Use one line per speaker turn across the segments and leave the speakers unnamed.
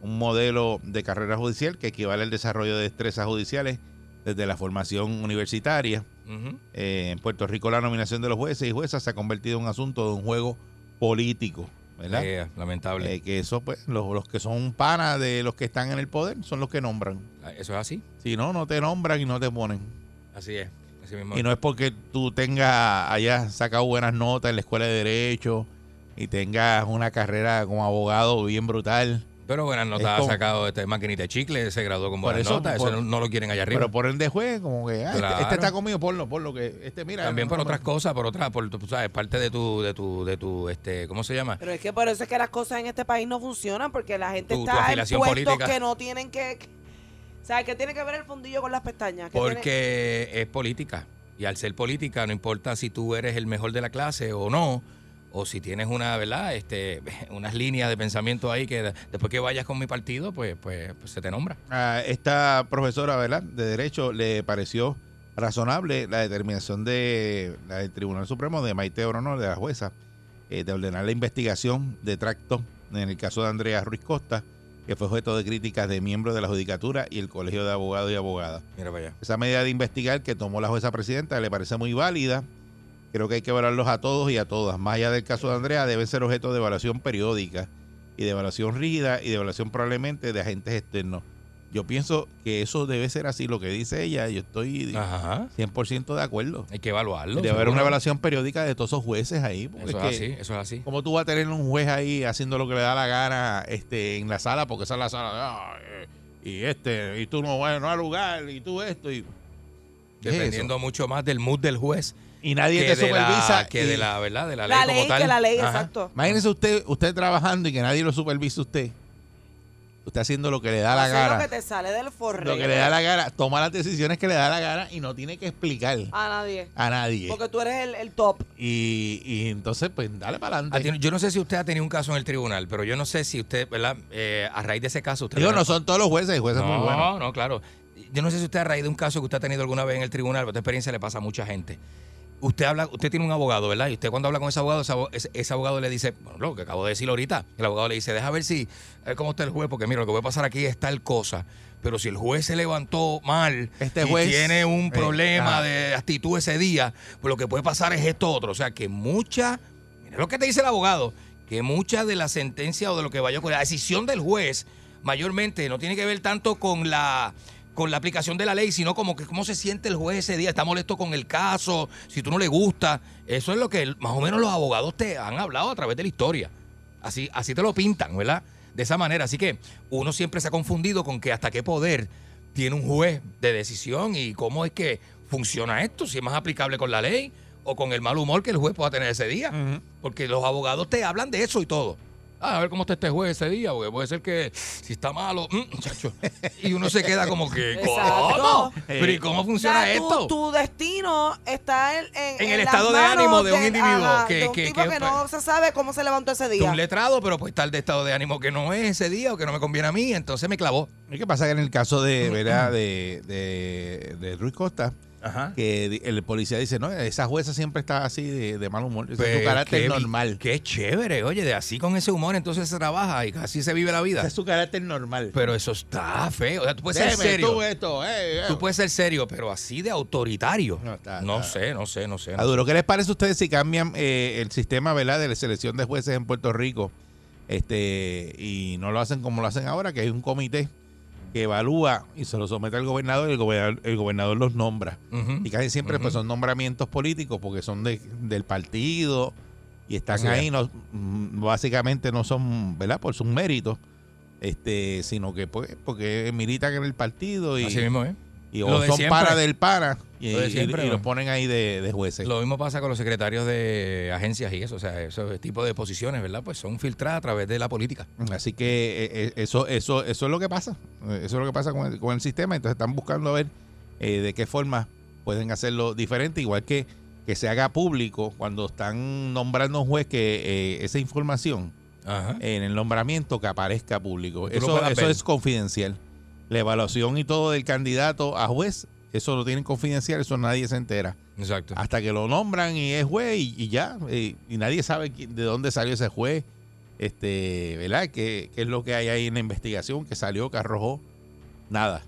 un modelo de carrera judicial que equivale al desarrollo de destrezas judiciales desde la formación universitaria.
Ujú.
Eh, en Puerto Rico la nominación de los jueces y juezas se ha convertido en un asunto de un juego político, ¿verdad?
Eh, lamentable.
Eh, que eso, pues, los, los que son panas de los que están en el poder son los que nombran.
Ah, Eso es así,
Si no, no te nombran y no te ponen.
así es. Así mismo.
Y no es porque tú tengas, hayas sacado buenas notas en la escuela de derecho y tengas una carrera como abogado bien brutal.
pero buenas
es
notas ha
como-
sacado este maquinita de chicle, se graduó con
Por
buenas
eso,
notas,
por-
eso no, no lo quieren allá arriba.
Pero por el de juez, como que ah, este-
Claro.
este, está conmigo, ponlo, ponlo. Que este, mira,
También
no,
por
no,
otras
no.
cosas, por otras, por tú sabes, parte de tu, de tu, de tu, este, ¿cómo se llama?
Pero es que por eso es que las cosas en este país no funcionan, porque la gente
Tu- tu
está en puestos
afiliación política.
que no tienen que. que- o sea, que tiene que ver el fundillo con las pestañas. que tiene-
Porque es política. Y al ser política, no importa si tú eres el mejor de la clase o no, o si tienes una, ¿verdad? Este, unas líneas de pensamiento ahí que después que vayas con mi partido, pues, pues, pues se te nombra.
A Ah, esta profesora, ¿verdad? De derecho le pareció razonable la determinación de la del Tribunal Supremo de Maite Orono, de la jueza, eh, de ordenar la investigación de tracto en el caso de Andrea Ruiz Costa, que fue objeto de críticas de miembros de la Judicatura y el Colegio de Abogados y Abogadas.
Mira para allá.
Esa medida de investigar que tomó la jueza presidenta le parece muy válida. Creo que hay que evaluarlos a todos y a todas. Más allá del caso de Andrea, deben ser objeto de evaluación periódica. y de evaluación rígida y de evaluación probablemente de agentes externos. Yo pienso que eso debe ser así, lo que dice ella, yo estoy
Ajá.
100% de acuerdo.
Hay que evaluarlo.
Debe haber
seguro.
una evaluación periódica de todos esos jueces ahí. porque
Eso es
es que-
así, eso es así.
¿Cómo tú vas a tener un juez ahí haciendo lo que le da la gana este, en la sala? Porque esa es la sala. de, "Ah, eh, y este, y tú no vas no al lugar, y tú esto. Y, ¿Qué es eso?
Dependiendo mucho más del mood del juez
y nadie
que
te
de la-
supervisa.
que
y-
de la verdad, de la,
La
ley
ley,
como tal.
que la ley,
Ajá.
exacto.
Imagínese usted, usted trabajando y que nadie lo supervise a usted. Usted haciendo lo que le da la
Hacer Lo que
gana.
te sale del forreo.
Lo que le da la gana. Toma las decisiones que le da la gana y no tiene que explicar
A nadie.
a nadie.
Ah. Porque tú eres el, el top.
Y, y entonces, pues, dale para
Ah,
adelante.
tiene- Yo no sé si usted ha tenido un caso en el tribunal, pero yo no sé si usted, ¿verdad? Eh, a raíz de ese caso, usted.
Digo, no son todos los jueces, hay jueces muy
no,
buenos.
no, claro. Yo no sé si usted a raíz de un caso que usted ha tenido alguna vez en el tribunal, pero esta experiencia le pasa a mucha gente. Usted habla, usted tiene un abogado, ¿verdad? Y usted cuando habla con ese abogado, ese abo- ese, ese abogado le dice, bueno, lo que acabo de decir ahorita, el abogado le dice, deja ver si, eh, cómo está el juez, porque mira, lo que va a pasar aquí es tal cosa. Pero si el juez se levantó mal
Este
y
juez-
tiene un
eh,
problema
ajá.
de actitud ese día, pues lo que puede pasar es esto otro. O sea, que mucha, mira lo que te dice el abogado, que mucha de la sentencia o de lo que vaya con la decisión del juez, mayormente no tiene que ver tanto con la con la aplicación de la ley, sino como que cómo se siente el juez ese día, está molesto con el caso, si tú no le gusta, eso es lo que más o menos los abogados te han hablado a través de la historia. Así, así te lo pintan, ¿verdad? De esa manera. Así que uno siempre se ha confundido con que hasta qué poder tiene un juez de decisión y cómo es que funciona esto, si es más aplicable con la ley o con el mal humor que el juez pueda tener ese día. Porque los abogados te hablan de eso y todo. Ah, a ver cómo está este juez ese día, porque puede ser que si está malo, mm, muchacho. Y uno se queda como que, ¿cómo?
Exacto.
¿Pero
Eh,
y cómo
O sea,
funciona
tu-
esto?
Tu destino está en, en,
En el
las
estado de
manos
ánimo de un
del-
individuo
ajá,
que-
de un
que-
tipo
que- pues
que, no se sabe cómo se levantó ese
Que
día.
un letrado, pero pues tal de estado de ánimo que no es ese día o que no me conviene a mí, entonces me clavó.
¿Y qué pasa que en el caso
Mm.
de, ¿verdad? de, de, de Ruiz Costa,
Ajá.
que di- el policía dice, no, esa jueza siempre está así de, de mal humor, ese es
Pues,
su carácter
qué bi-
normal.
Qué chévere, oye, de así con ese humor entonces se trabaja y así se vive la vida.
Ese es su carácter normal.
Pero eso está feo. O sea, tú puedes ser
Deme
pues, serio.
tú esto, eh, eh.
Tú puedes ser serio, pero así de autoritario.
No, está-
No
está-
sé, no sé, no sé. no sé.
Maduro, Ah, ¿qué les parece a ustedes si cambian eh, el sistema ¿verdad? de la selección de jueces en Puerto Rico este y no lo hacen como lo hacen ahora, que hay un comité que evalúa y se lo somete al gobernador y el gobernador, el gobernador los nombra?
Ujú.
Y casi siempre pues, son nombramientos políticos porque son de- del partido y están
Así
ahí,
es.
no, mm, básicamente no son, ¿verdad? Por sus méritos, este, sino que pues, porque militan en el partido y,
Así mismo, ¿eh?
y
lo
o
de
son
siempre.
para del para y,
Lo de
y-
siempre,
y
¿no?
los ponen ahí de, de jueces.
Lo mismo pasa con los secretarios de agencias y eso, o sea, esos tipos de posiciones, ¿verdad? Pues son filtradas a través de la política.
Así que eh, eh, eso, eso, eso es lo que pasa. Eh, Eso es lo que pasa con el, con el sistema. Entonces están buscando a ver eh, de qué forma pueden hacerlo diferente, igual que que se haga público cuando están nombrando un juez que eh, esa información
Ajá.
en el nombramiento que aparezca público.
Tú lo
Eso,
puedas
eso
ver.
es confidencial. La evaluación y todo del candidato a juez, eso lo tienen confidencial, eso nadie se entera.
Exacto.
Hasta que lo nombran y es juez y, y ya, eh, y nadie sabe qui- de dónde salió ese juez, este, ¿verdad? ¿Qué, qué es lo que hay ahí en la investigación que salió, que arrojó? Nada.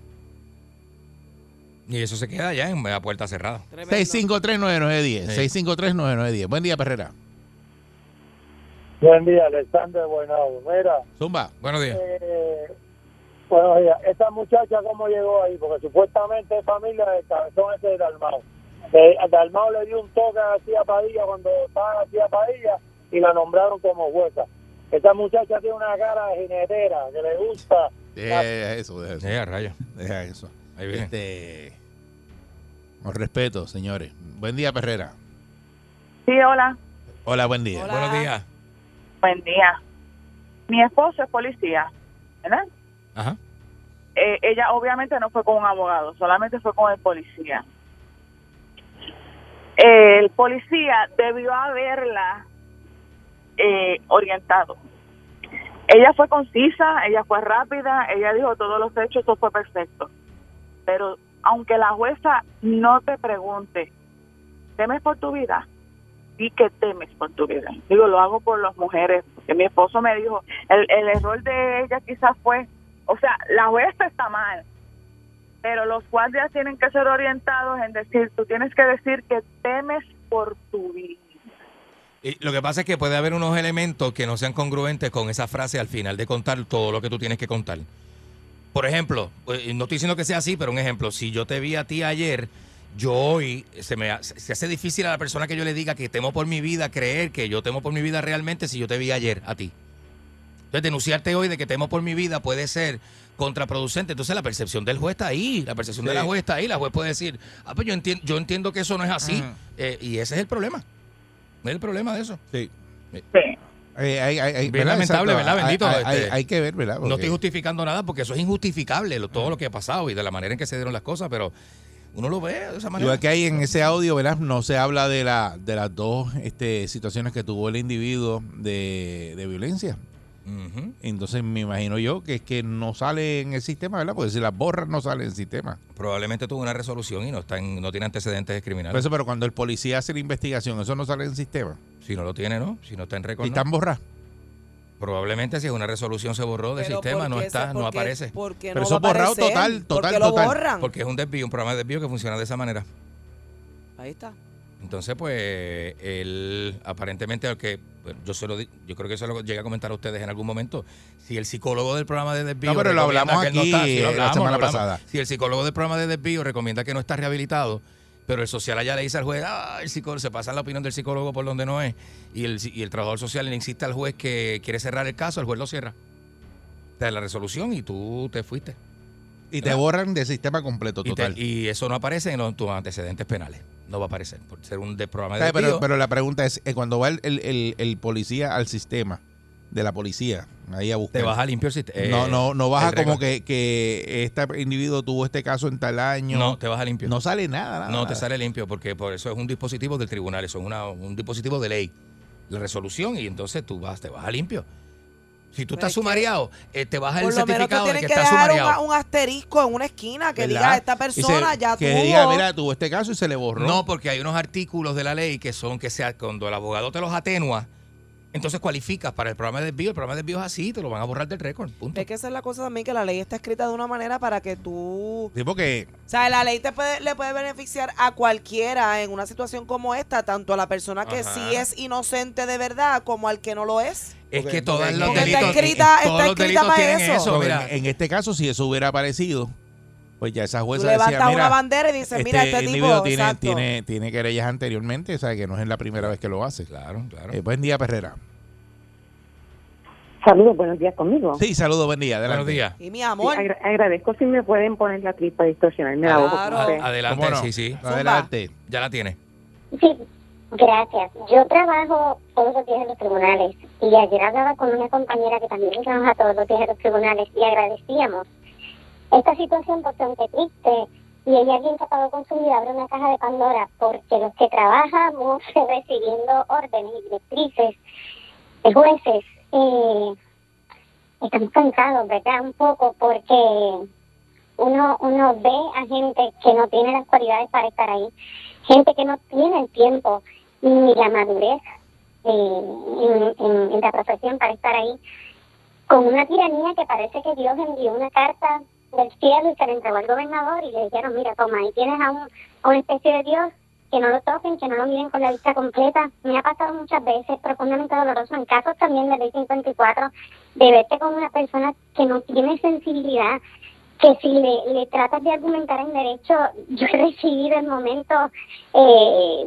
Y eso se queda ya en la puerta cerrada.
Tremendo.
653-9910.
Sí.
653-9910. Buen día, Perrera.
Buen día, Alexander Buenao. Mira,
Zumba.
Buenos días.
eh, buenos días. Esta muchacha, ¿cómo llegó ahí? Porque supuestamente es familia del cabezón ese de Dalmao. Eh, a Dalmao le dio un toque a García Padilla cuando estaba García Padilla y la nombraron como jueza. Esta muchacha tiene una cara de jinetera que le gusta.
Deja eso, deja eso.
Eh, a raya.
Deja eso.
Ahí viene.
Este, con respeto, señores. Buen día, Perrera.
Sí, hola,
Hola, buen día.
Hola.
Buenos días.
buen día. Mi esposo es policía, ¿verdad?
Ajá.
Eh, ella obviamente no fue con un abogado, solamente fue con el policía. El policía debió haberla eh, orientado. Ella fue concisa, ella fue rápida, ella dijo todos los hechos, todo fue perfecto. Pero aunque la jueza no te pregunte, ¿temes por tu vida? Di que temes por tu vida. Digo, lo hago por las mujeres, porque mi esposo me dijo, el, el error de ella quizás fue o sea, la jueza está mal, pero los guardias tienen que ser orientados en decir, tú tienes que decir que temes por tu vida.
Y lo que pasa es que puede haber unos elementos que no sean congruentes con esa frase al final de contar todo lo que tú tienes que contar. Por ejemplo, pues, no estoy diciendo que sea así, pero un ejemplo, si yo te vi a ti ayer, yo hoy se me ha- se hace difícil a la persona que yo le diga que temo por mi vida creer que yo temo por mi vida realmente si yo te vi ayer a ti. Entonces, denunciarte hoy de que temo por mi vida puede ser contraproducente. Entonces, la percepción del juez está ahí. La percepción de
Sí.
la juez está ahí. La juez puede decir, ah, pues yo, entiendo, yo entiendo que eso no es así.
Ajá.
Eh, y ese es el problema. Es el problema de eso.
Sí.
Sí.
Eh, hay- hay- hay-
Bien lamentable, ¿verdad?
Hay-
Bendito,
Hay, hay-
este-
hay que ver, ¿verdad?
No
Porque-
estoy justificando nada porque eso es injustificable, lo- todo lo que ha pasado y de la manera en que se dieron las cosas, pero uno lo ve de esa manera.
Igual que hay en ese audio, ¿verdad? No se habla de, la, de las dos este, situaciones que tuvo el individuo de, de violencia.
Ujú.
Entonces me imagino yo que es que no sale en el sistema, ¿verdad? Porque si las borras no sale en el sistema.
Probablemente tuvo una resolución y no está en- no tiene antecedentes
Por
criminales.
Pues eso, pero cuando el policía hace la investigación, eso no sale en el sistema.
si no lo tiene, ¿no? Si no está en
Y
récord. no.
están borradas.
Probablemente si una resolución se borró del
Pero
sistema,
¿por
no
qué
está,
ese-
no
por qué-
aparece.
por qué
Pero
no
eso
va a
es borrado
aparecer?
total,
¿Por qué
total,
lo
total.
borran?
Porque es un desvío, un programa de desvío que funciona de esa manera.
Ahí está.
Entonces, pues, él aparentemente, aunque bueno, yo se lo di- yo creo que se lo llegué a comentar a ustedes en algún momento, si el psicólogo del programa de desvío...
No, pero lo
recomienda
hablamos
que él no
aquí,
está- sí, lo
eh, la
hablamos,
semana
lo hablamos.
pasada.
Si el psicólogo del programa de desvío recomienda que no está rehabilitado, pero el social allá le dice al juez, ah, el psicólogo, se pasa la opinión del psicólogo por donde no es, y el, y el trabajador social le insiste al juez que quiere cerrar el caso, el juez lo cierra. Te da la resolución y tú te fuiste.
Y te
Claro.
borran del sistema completo,
Y, te-
total.
y eso no aparece en los, tus antecedentes penales. No va a aparecer por ser un de programa de
¿Sabes?
desvío.
Pero, pero la pregunta es, eh, cuando va el, el- el- el policía al sistema de la policía, ahí a buscar.
Te baja limpio el sistema.
no, no, no baja como
que
que, que este individuo tuvo este caso en tal año.
No, te baja limpio.
No sale nada, nada,
No te
nada.
sale limpio porque por eso es un dispositivo del tribunal, eso es una- un dispositivo de ley, la resolución, y entonces tú vas, te baja limpio. Si tú
Pero
estás
es que-
sumariado, eh, te baja el
Por lo menos tú
certificado de
tienes
que
que,
estás
dejar un,
sumariado.
un asterisco en una esquina que
¿Verdad?
diga esta
Y se-
persona ya
que
tuvo.
diga, mira, tuvo este caso y se le borró.
No, porque hay unos artículos de la ley que son que sea, cuando el abogado te los atenúa, entonces cualificas para el programa de desvío. El programa de desvío es así, te lo van a borrar del récord. Punto.
Es que esa es la cosa también, que la ley está escrita de una manera para que tú...
Sí, porque
O sea, la ley te puede, le puede beneficiar a cualquiera en una situación como esta, tanto a la persona que
Ajá.
sí es inocente de verdad como al que no lo es.
Es
Porque-
que todos
porque
los
está
delitos,
escrita-
todos
está
los
escrita
delitos
para
tienen
eso.
eso.
no,
mira.
en, en este caso, si eso hubiera aparecido, pues ya esa
Tú
jueza
levantas
decía,
una
mira,
bandera y dices,
este,
mira, este
individuo
tipo...
tiene,
exacto.
tiene, tiene querellas anteriormente, o sea, que no es la primera vez que lo hace.
Claro, claro.
Eh, buen día, Perrera.
Saludos, buenos días conmigo.
Sí, saludos, buen día. adelante.
Buenos días.
Y mi amor,
Agra- agradezco si me pueden poner la tripa distorsionarme la voz.
Claro.
como usted.
Adelante,
¿Cómo no?
sí, sí.
Adelante.
Ya la tiene.
Sí, gracias. Yo trabajo todos los días en los tribunales y ayer hablaba con una compañera que también trabaja todos los días en los tribunales y agradecíamos esta situación porque aunque triste y ella bien que acabó con su vida abre una caja de Pandora porque los que trabajamos recibiendo órdenes y directrices de jueces eh, estamos cansados, ¿verdad? Un poco porque uno, uno ve a gente que no tiene las cualidades para estar ahí, gente que no tiene el tiempo ni la madurez eh, en, en- en la profesión para estar ahí, con una tiranía que parece que Dios envió una carta del cielo y se la entregó al gobernador y le dijeron, mira, toma, ahí tienes a, un, a una especie de Dios que no lo toquen, que no lo miren con la vista completa. Me ha pasado muchas veces, profundamente doloroso, en casos también de ley 54, de verte con una persona que no tiene sensibilidad, que si le, le tratas de argumentar en derecho, yo he recibido en momentos eh,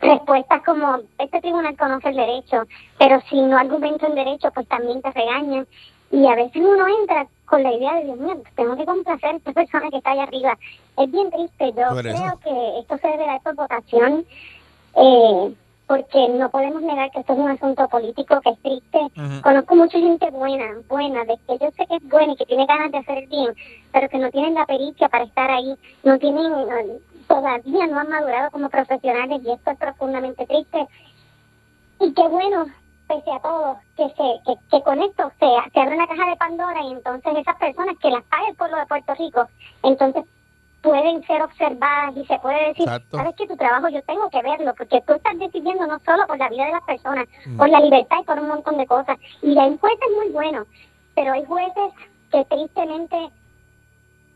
respuestas como, este tribunal conoce el derecho, pero si no argumento en derecho, pues también te regañan. Y a veces uno entra con la idea de, Dios mío, tengo que complacer a esta persona que está allá arriba. Es bien triste, yo
¿Tú eres
creo
eso?
que esto se deberá por votación, eh, porque no podemos negar que esto es un asunto político que es triste. Conozco mucha gente buena, buena, de que yo sé que es buena y que tiene ganas de hacer el bien, pero que no tienen la pericia para estar ahí, no tienen, eh, todavía no han madurado como profesionales y esto es profundamente triste. Y qué bueno, pese a todo, que, se, que, que con esto se, se abre una caja de Pandora y entonces esas personas que las paga el pueblo de Puerto Rico, entonces pueden ser observadas y se puede decir,
Exacto.
sabes que tu trabajo yo tengo que verlo, porque tú estás decidiendo no solo por la vida de las personas, por la libertad y por un montón de cosas. Y hay jueces muy buenos, pero hay jueces que tristemente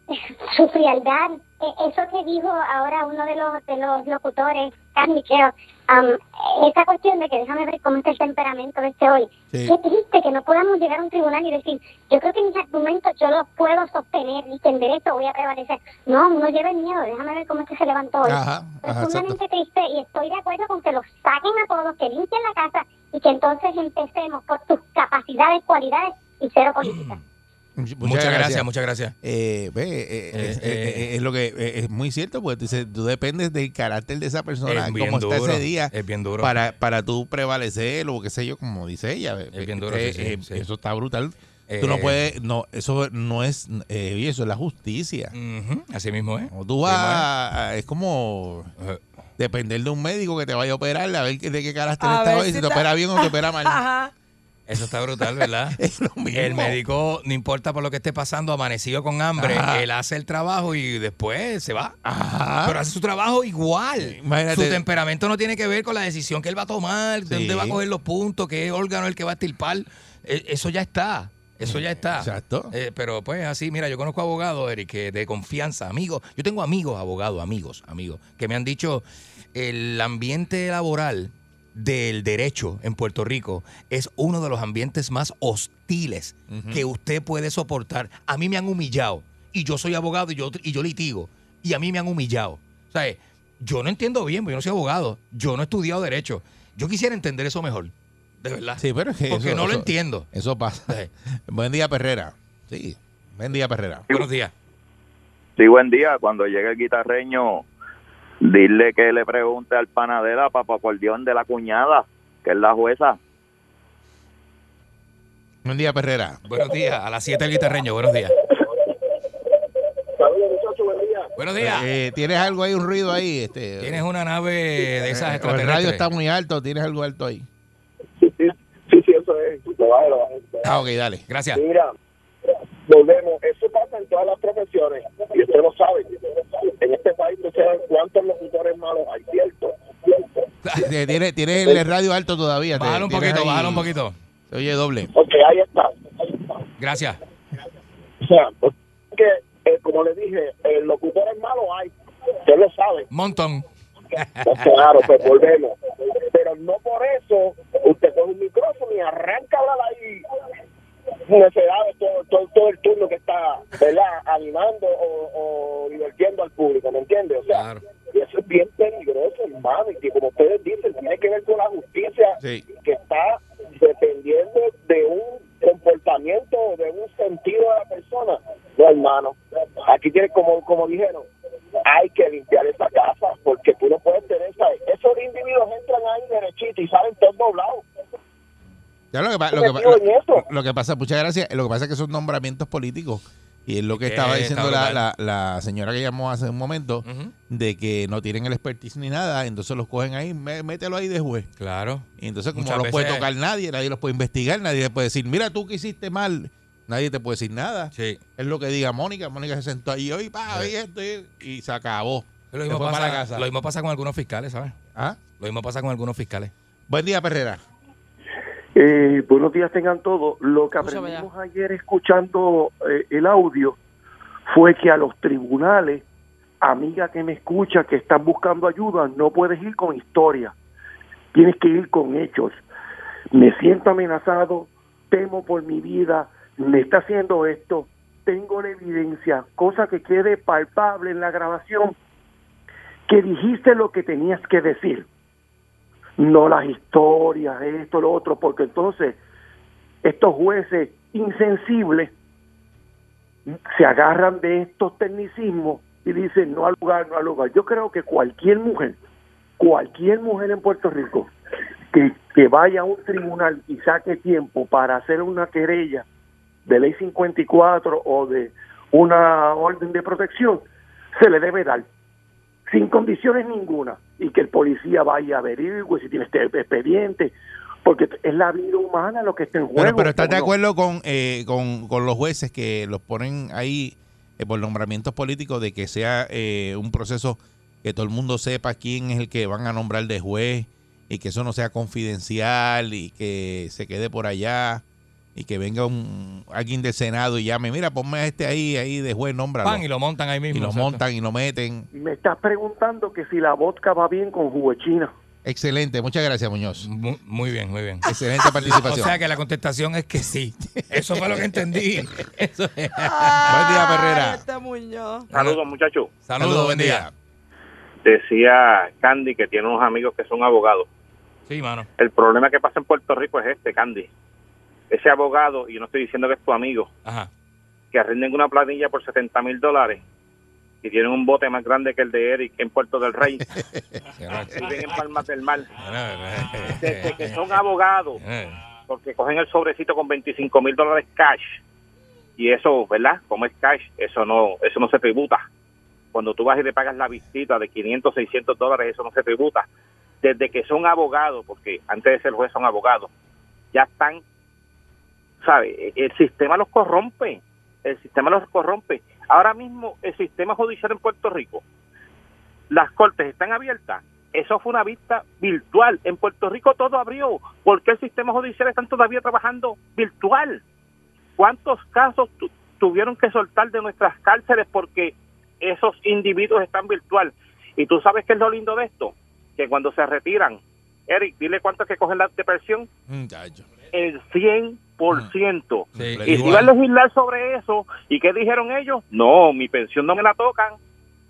su e-, frialdad, eh, eso que dijo ahora uno de los de los locutores, Carl Micheo, am, esa cuestión de que déjame ver cómo está el temperamento de este hoy.
Sí.
Qué triste que no podamos llegar a un tribunal y decir, yo creo que mis argumentos yo los puedo sostener y que en derecho voy a prevalecer. No, no lleve miedo, déjame ver cómo es que se levantó hoy.
Ajá, ajá,
Es
exacto.
sumamente triste y estoy de acuerdo con que los saquen a todos, que limpien la casa y que entonces empecemos por tus capacidades, cualidades y cero política.
Muchas,
Muchas gracias, muchas gracias.
Eh, ve, eh,
Eh,
es,
eh.
es- es lo que eh, es muy cierto, porque tú, dices, tú dependes del carácter de esa persona,
Es bien
cómo está
duro,
ese día,
es bien duro.
Para, para tú prevalecer o qué sé yo, como dice ella. eh,
Es bien duro, sí, sí, sí.
Eso está brutal. tú no
Eh.
puedes, no, eso no es, eh, y eso es la justicia.
Ujú, Así mismo es.
Como tú vas, a- a- es como depender de un médico que te vaya a operar, a ver que- de qué carácter
A
está
ver
hoy, si,
si
te
está-
opera bien o te opera mal.
Ajá.
Eso está brutal, ¿verdad?
es lo mismo.
El médico, no importa por lo que esté pasando, amanecido con hambre,
Ajá.
él hace el trabajo y después se va.
Ajá.
Pero hace su trabajo igual.
Imagínate.
Su temperamento no tiene que ver con la decisión que él va a tomar,
Sí.
dónde va a coger los puntos, qué órgano es el que va a estirpar. Eh, Eso ya está. Eso ya está.
Exacto.
Eh, pero pues así, mira, yo conozco abogados, Eric, que de confianza, amigos. Yo tengo amigos, abogados, amigos, amigos, que me han dicho el ambiente laboral del derecho en Puerto Rico es uno de los ambientes más hostiles que usted puede soportar. A mí me han humillado y yo soy abogado y yo, y yo litigo y a mí me han humillado. O sea, eh, yo no entiendo bien, porque yo no soy abogado, yo no he estudiado derecho. Yo quisiera entender eso mejor, de verdad.
Sí, pero es que
porque
eso-
no lo
eso-
entiendo.
Eso pasa.
Sí.
Buen día, Perrera. Sí. Buen día, Perrera.
Buenos días.
Sí, buen día. Cuando llegue el guitarreño, dile que le pregunte al panadera, papá acordeón de la cuñada, que es la jueza.
Buen día, Perrera.
Buenos días, a las 7 el guitarreño, buenos días.
Saludos, muchachos, buen día.
Buenos días.
Eh, ¿Tienes algo ahí, un ruido ahí? Este,
Tienes una nave de
Eh,
esas
o El radio
extraterrestres.
está muy alto, tienes algo alto ahí.
Sí, sí, sí, sí, eso es. Lo bajo, lo bajo.
Ah, ok, dale.
Gracias.
Mira, volvemos. Eso pasa en todas las profesiones. Y usted lo sabe. En este país, usted sabe cuántos locutores malos hay, ¿cierto?
Eh, Tienes, tienes el radio alto todavía. te-
Bájalo un
tienes
poquito,
ahí-
bájalo un poquito.
se Oye, doble.
Ok, ahí está.
Gracias.
O sea, pues, que, eh, como le dije, eh, locutores malos hay. Usted lo sabe.
Montón.
Pues claro, pues volvemos. Pero no por eso usted coge un micrófono y arranca a hablar ahí necesidades todo, todo, todo el turno que está, ¿verdad? Animando o, o divirtiendo al público, ¿me entiende? O sea,
Claro.
y eso es bien peligroso, hermano, y que como ustedes dicen, tiene que ver con la justicia
Sí.
que está dependiendo de un comportamiento o de un sentido de la persona. No, hermano, aquí tiene como, como dijeron, hay que limpiar esa casa porque tú no puedes tener esa... Esos individuos entran ahí derechito y salen todos doblados.
Ya lo que, pa-
Yo
lo, que,
me
pa-
digo en
lo-
eso.
lo que pasa, muchas gracias. Lo que pasa es que son nombramientos políticos. Y es lo que estaba
Eh,
diciendo
está
la, la- la señora que llamó hace un momento,
Ujú.
de que no tienen el expertise ni nada, entonces los cogen ahí, mé- mételo ahí de juez.
Claro.
Y entonces, como
Muchas
no los puede
veces-
tocar nadie, nadie los puede investigar, nadie les puede decir, mira tú que hiciste mal, nadie te puede decir nada.
Sí.
Es lo que diga Mónica. Mónica se sentó ahí hoy, pa,
Sí.
y esto, y, y se acabó.
Lo
Se
mismo,
fue
pasa,
para la casa.
lo mismo pasa con algunos fiscales, ¿sabes?
¿Ah?
Lo mismo pasa con algunos fiscales.
Buen día, Perrera.
Eh, buenos días tengan todos. Lo que
Escúchame
aprendimos ayer escuchando eh, el audio fue que a los tribunales, amiga que me escucha, que están buscando ayuda, no puedes ir con historia. Tienes que ir con hechos. Me siento amenazado, temo por mi vida, me está haciendo esto, tengo la evidencia, cosa que quede palpable en la grabación, que dijiste lo que tenías que decir no las historias, esto, lo otro, porque entonces estos jueces insensibles se agarran de estos tecnicismos y dicen no al lugar, no al lugar. Yo creo que cualquier mujer, cualquier mujer en Puerto Rico que, que vaya a un tribunal y saque tiempo para hacer una querella de ley 54 o de una orden de protección, se le debe dar sin condiciones ninguna y que el policía vaya a averiguar si tiene este expediente, porque es la vida humana lo que está en juego.
Pero, pero ¿estás de
¿o no?
acuerdo con, eh, con, con los jueces que los ponen ahí eh, por nombramientos políticos de que sea eh, un proceso que todo el mundo sepa quién es el que van a nombrar de juez y que eso no sea confidencial y que se quede por allá y que venga un, alguien del Senado y llame, mira, ponme a este ahí, ahí de juez, nómbralo.
Pan y lo montan ahí
y
mismo.
lo
exacto.
montan y lo meten.
Me estás preguntando que si la vodka va bien con jugo de china.
Excelente, muchas gracias, Muñoz.
Muy, bien, muy bien.
Excelente participación.
Ah, O sea que la contestación es que sí. Eso fue lo que entendí. Eso es.
Buen día, Perrera.
Este Muñoz.
Saludos, muchachos.
Saludos, buen día.
Decía Candy que tiene unos amigos que son abogados.
Sí, mano.
El problema que pasa en Puerto Rico es este, Candy. Ese abogado, y no estoy diciendo que es tu amigo,
Ajá.
que arrenden una planilla por 70 mil dólares y tienen un bote más grande que el de Eric en Puerto del Rey. Viven en Palmas del Mar. Desde que son abogados, porque cogen el sobrecito con 25 mil dólares cash. Y eso, ¿verdad? Como es cash, eso no, eso no se tributa. Cuando tú vas y le pagas la visita de 500, 600 dólares, eso no se tributa. Desde que son abogados, porque antes de ser juez son abogados, ya están, ¿sabe? E, El sistema los corrompe. El sistema los corrompe. Ahora mismo el sistema judicial en Puerto Rico, las cortes están abiertas. Eso fue una vista virtual. En Puerto Rico todo abrió. ¿Por qué el sistema judicial están todavía trabajando virtual? ¿Cuántos casos tu- tuvieron que soltar de nuestras cárceles porque esos individuos están virtual? Y tú sabes qué es lo lindo de esto, que cuando se retiran, Eric, dile cuántos que cogen la depresión, el 100%.
Eh,
Y si va a legislar sobre eso, ¿y qué dijeron ellos? No, mi pensión no me la tocan.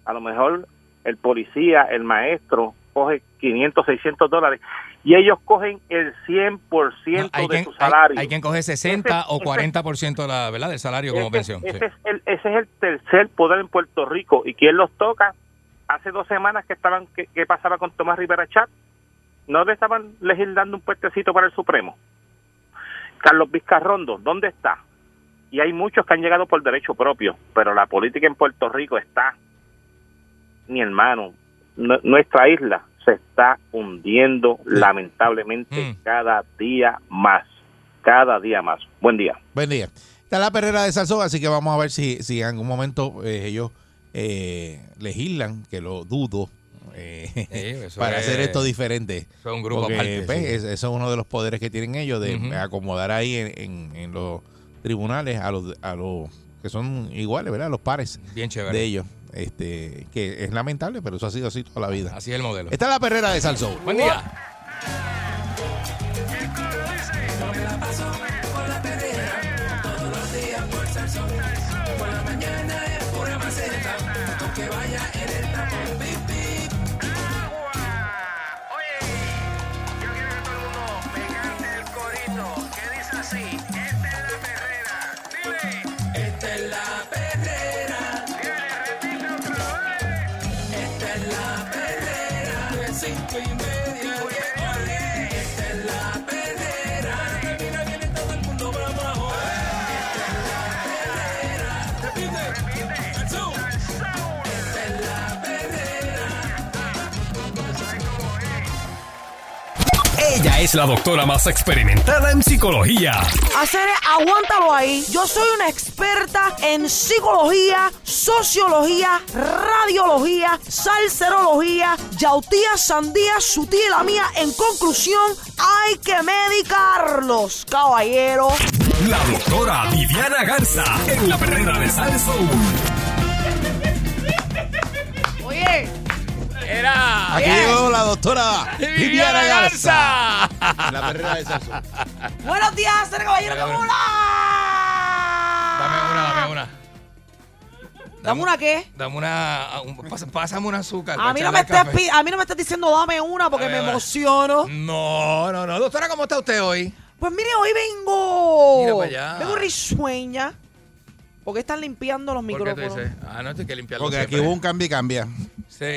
A lo mejor el policía, el maestro, coge 500, 600 dólares y ellos cogen el 100% de
Ah, Hay quien,
su
hay-
salario.
hay quien coge 60 o 40% de la, ¿verdad? del salario como pensión. sí.
Ese, es el, ese es el tercer poder en Puerto Rico. ¿Y quién los toca? Hace dos semanas que estaban, que, que pasaba con Tomás Rivera Chat, no le estaban legislando un puestecito para el Supremo. Carlos Vizcarrondo, ¿dónde está? Y hay muchos que han llegado por derecho propio, pero la política en Puerto Rico está, mi hermano, nu- nuestra isla se está hundiendo lamentablemente cada día más, cada día más. Buen día.
Buen día. Está la perrera de Salsón, así que vamos a ver si, si en algún momento eh, ellos eh, legislan, que lo dudo, eh,
eso
para
es-
hacer esto diferente.
eso es un grupo
Porque,
aparte,
pues,
sí.
es- eso es uno de los poderes que tienen ellos, de
Ujú.
acomodar ahí en, en- en los tribunales a los, a los que son iguales, ¿verdad? A los pares
Bien chévere.
de ellos. Este, que es lamentable, pero eso ha sido así toda la vida.
Así es el modelo.
Está la perrera de Salsón.
Buen día.
Esta es la perrera. Esta es la perrera. De cinco y media. a diez. Esta es la perrera. Mira, viene todo el mundo, vamos a joder. Esta es la perrera. Repite. Al sur. Esta es la perrera.
Ella es la doctora más experimentada en psicología.
Hacer, aguántalo ahí. Yo soy una experta en psicología, sociología, radiología, salserología, yautía, sandía, su tía y la mía. En conclusión, hay que medicarlos, caballero.
La doctora Viviana Garza en la perrera de Salsón.
Oye,
Era.
Aquí llegó la doctora Viviana Garza. La perrera de Salsón.
Ah,
buenos días, hacer, caballero.
Dame
¿Cómo
una, dame una.
Ah. ¿Dame una qué?
Dame una. ah, un- pasa- pásame un azúcar. para
A mí, no
echarle
me
al
estés,
café.
pi- a mí no me estés diciendo dame una porque
Dame
me
una.
emociono.
No, no, no. Doctora, ¿cómo está usted hoy?
Pues mire, hoy vengo.
Mira para allá.
Vengo risueña. Porque están limpiando los
¿Por qué tú
micrófonos.
dices? Ah, no, esto hay que limpiarlo.
Porque aquí
siempre.
hubo un cambio y cambia.
Sí.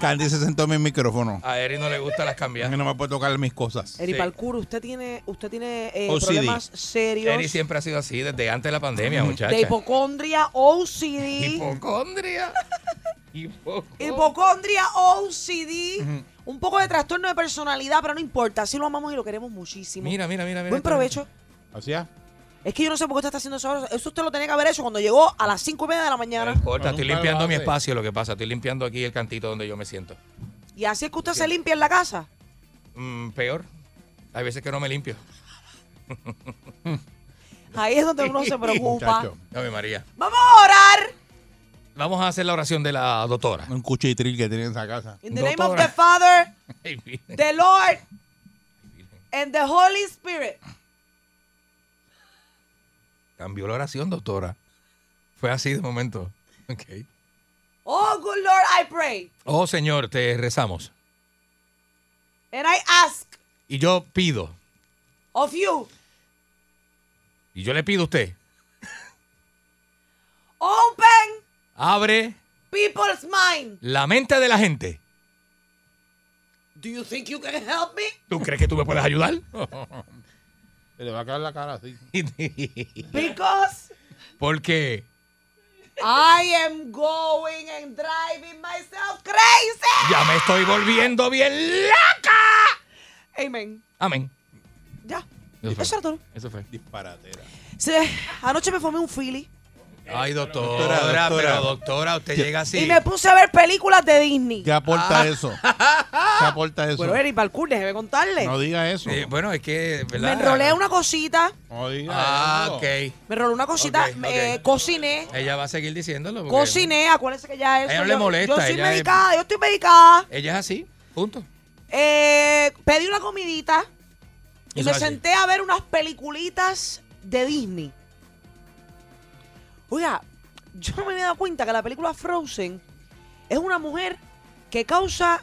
Candy se sentó en mi micrófono.
A Eri no le gusta las cambiadas.
A mí no me puede tocar mis cosas.
Eri
Sí.
Parkour, usted tiene, usted tiene eh,
OCD.
problemas serios
Eri siempre ha sido así desde antes de la pandemia,
Mm.
muchacha.
de hipocondria, OCD.
Hipocondria. Hipoc-
Hipocondria, OCD. Un poco de trastorno de personalidad, pero no importa. Sí lo amamos y lo queremos muchísimo.
Mira, mira, mira, mira.
Buen provecho.
¿Así es?
Es que yo no sé por qué usted está haciendo eso ahora. Eso usted lo tenía que haber hecho cuando llegó a las 5 y media de la
No
mañana.
importa, estoy
Nunca lo
limpiando mi
hace.
espacio, lo que pasa. Estoy limpiando aquí el cantito donde yo me siento.
Y así es que usted se limpia en la casa.
Mm, peor. Hay veces que no me limpio.
Ahí es donde uno se preocupa.
Muchacho.
Dame María.
Vamos a orar.
Vamos a hacer la oración de la doctora.
Un cuchitril que tiene en esa casa.
In the name of the Father, the Lord, and the Holy Spirit.
Cambió la oración, doctora. Fue así de momento. Ok.
Oh, good Lord, I pray.
Oh, Señor, te rezamos.
And I ask
Y yo pido,
of you,
y yo le pido a usted,
open
abre
people's mind.
la mente de la gente.
Do you think you can help me?
¿Tú crees que tú me puedes ayudar?
Se le va a caer la cara así.
Because
Porque
I am going and driving myself crazy.
ya me estoy volviendo bien loca.
Amen.
Amén.
Ya.
Eso fue.
Eso era todo.
Eso fue.
Disparatera.
Sí, anoche me formé un Philly
Ay, doctora,
Doctora, doctora.
pero doctora, usted llega
y
así.
me puse a ver películas de Disney.
¿Qué aporta
Ah.
eso? ¿Qué aporta eso?
Pero Eric Balcourt, déjeme contarle.
no diga eso.
Eh, bueno, es que,
me
¿verdad?
enrolé una cosita,
No diga
Ah,
eso.
ok.
me enrolé una cosita,
Ok, ok.
eh, cociné,
Ella va a seguir diciéndolo. porque-
cociné, acuérdense que ya eso.
A ella no le
yo-
molesta,
Yo soy
ella es-
medicada, yo estoy medicada.
Ella es así, punto.
Eh, pedí una comidita y me
Eso es así.
senté a ver unas peliculitas de Disney. Oiga, yo no me había dado cuenta que la película Frozen es una mujer que causa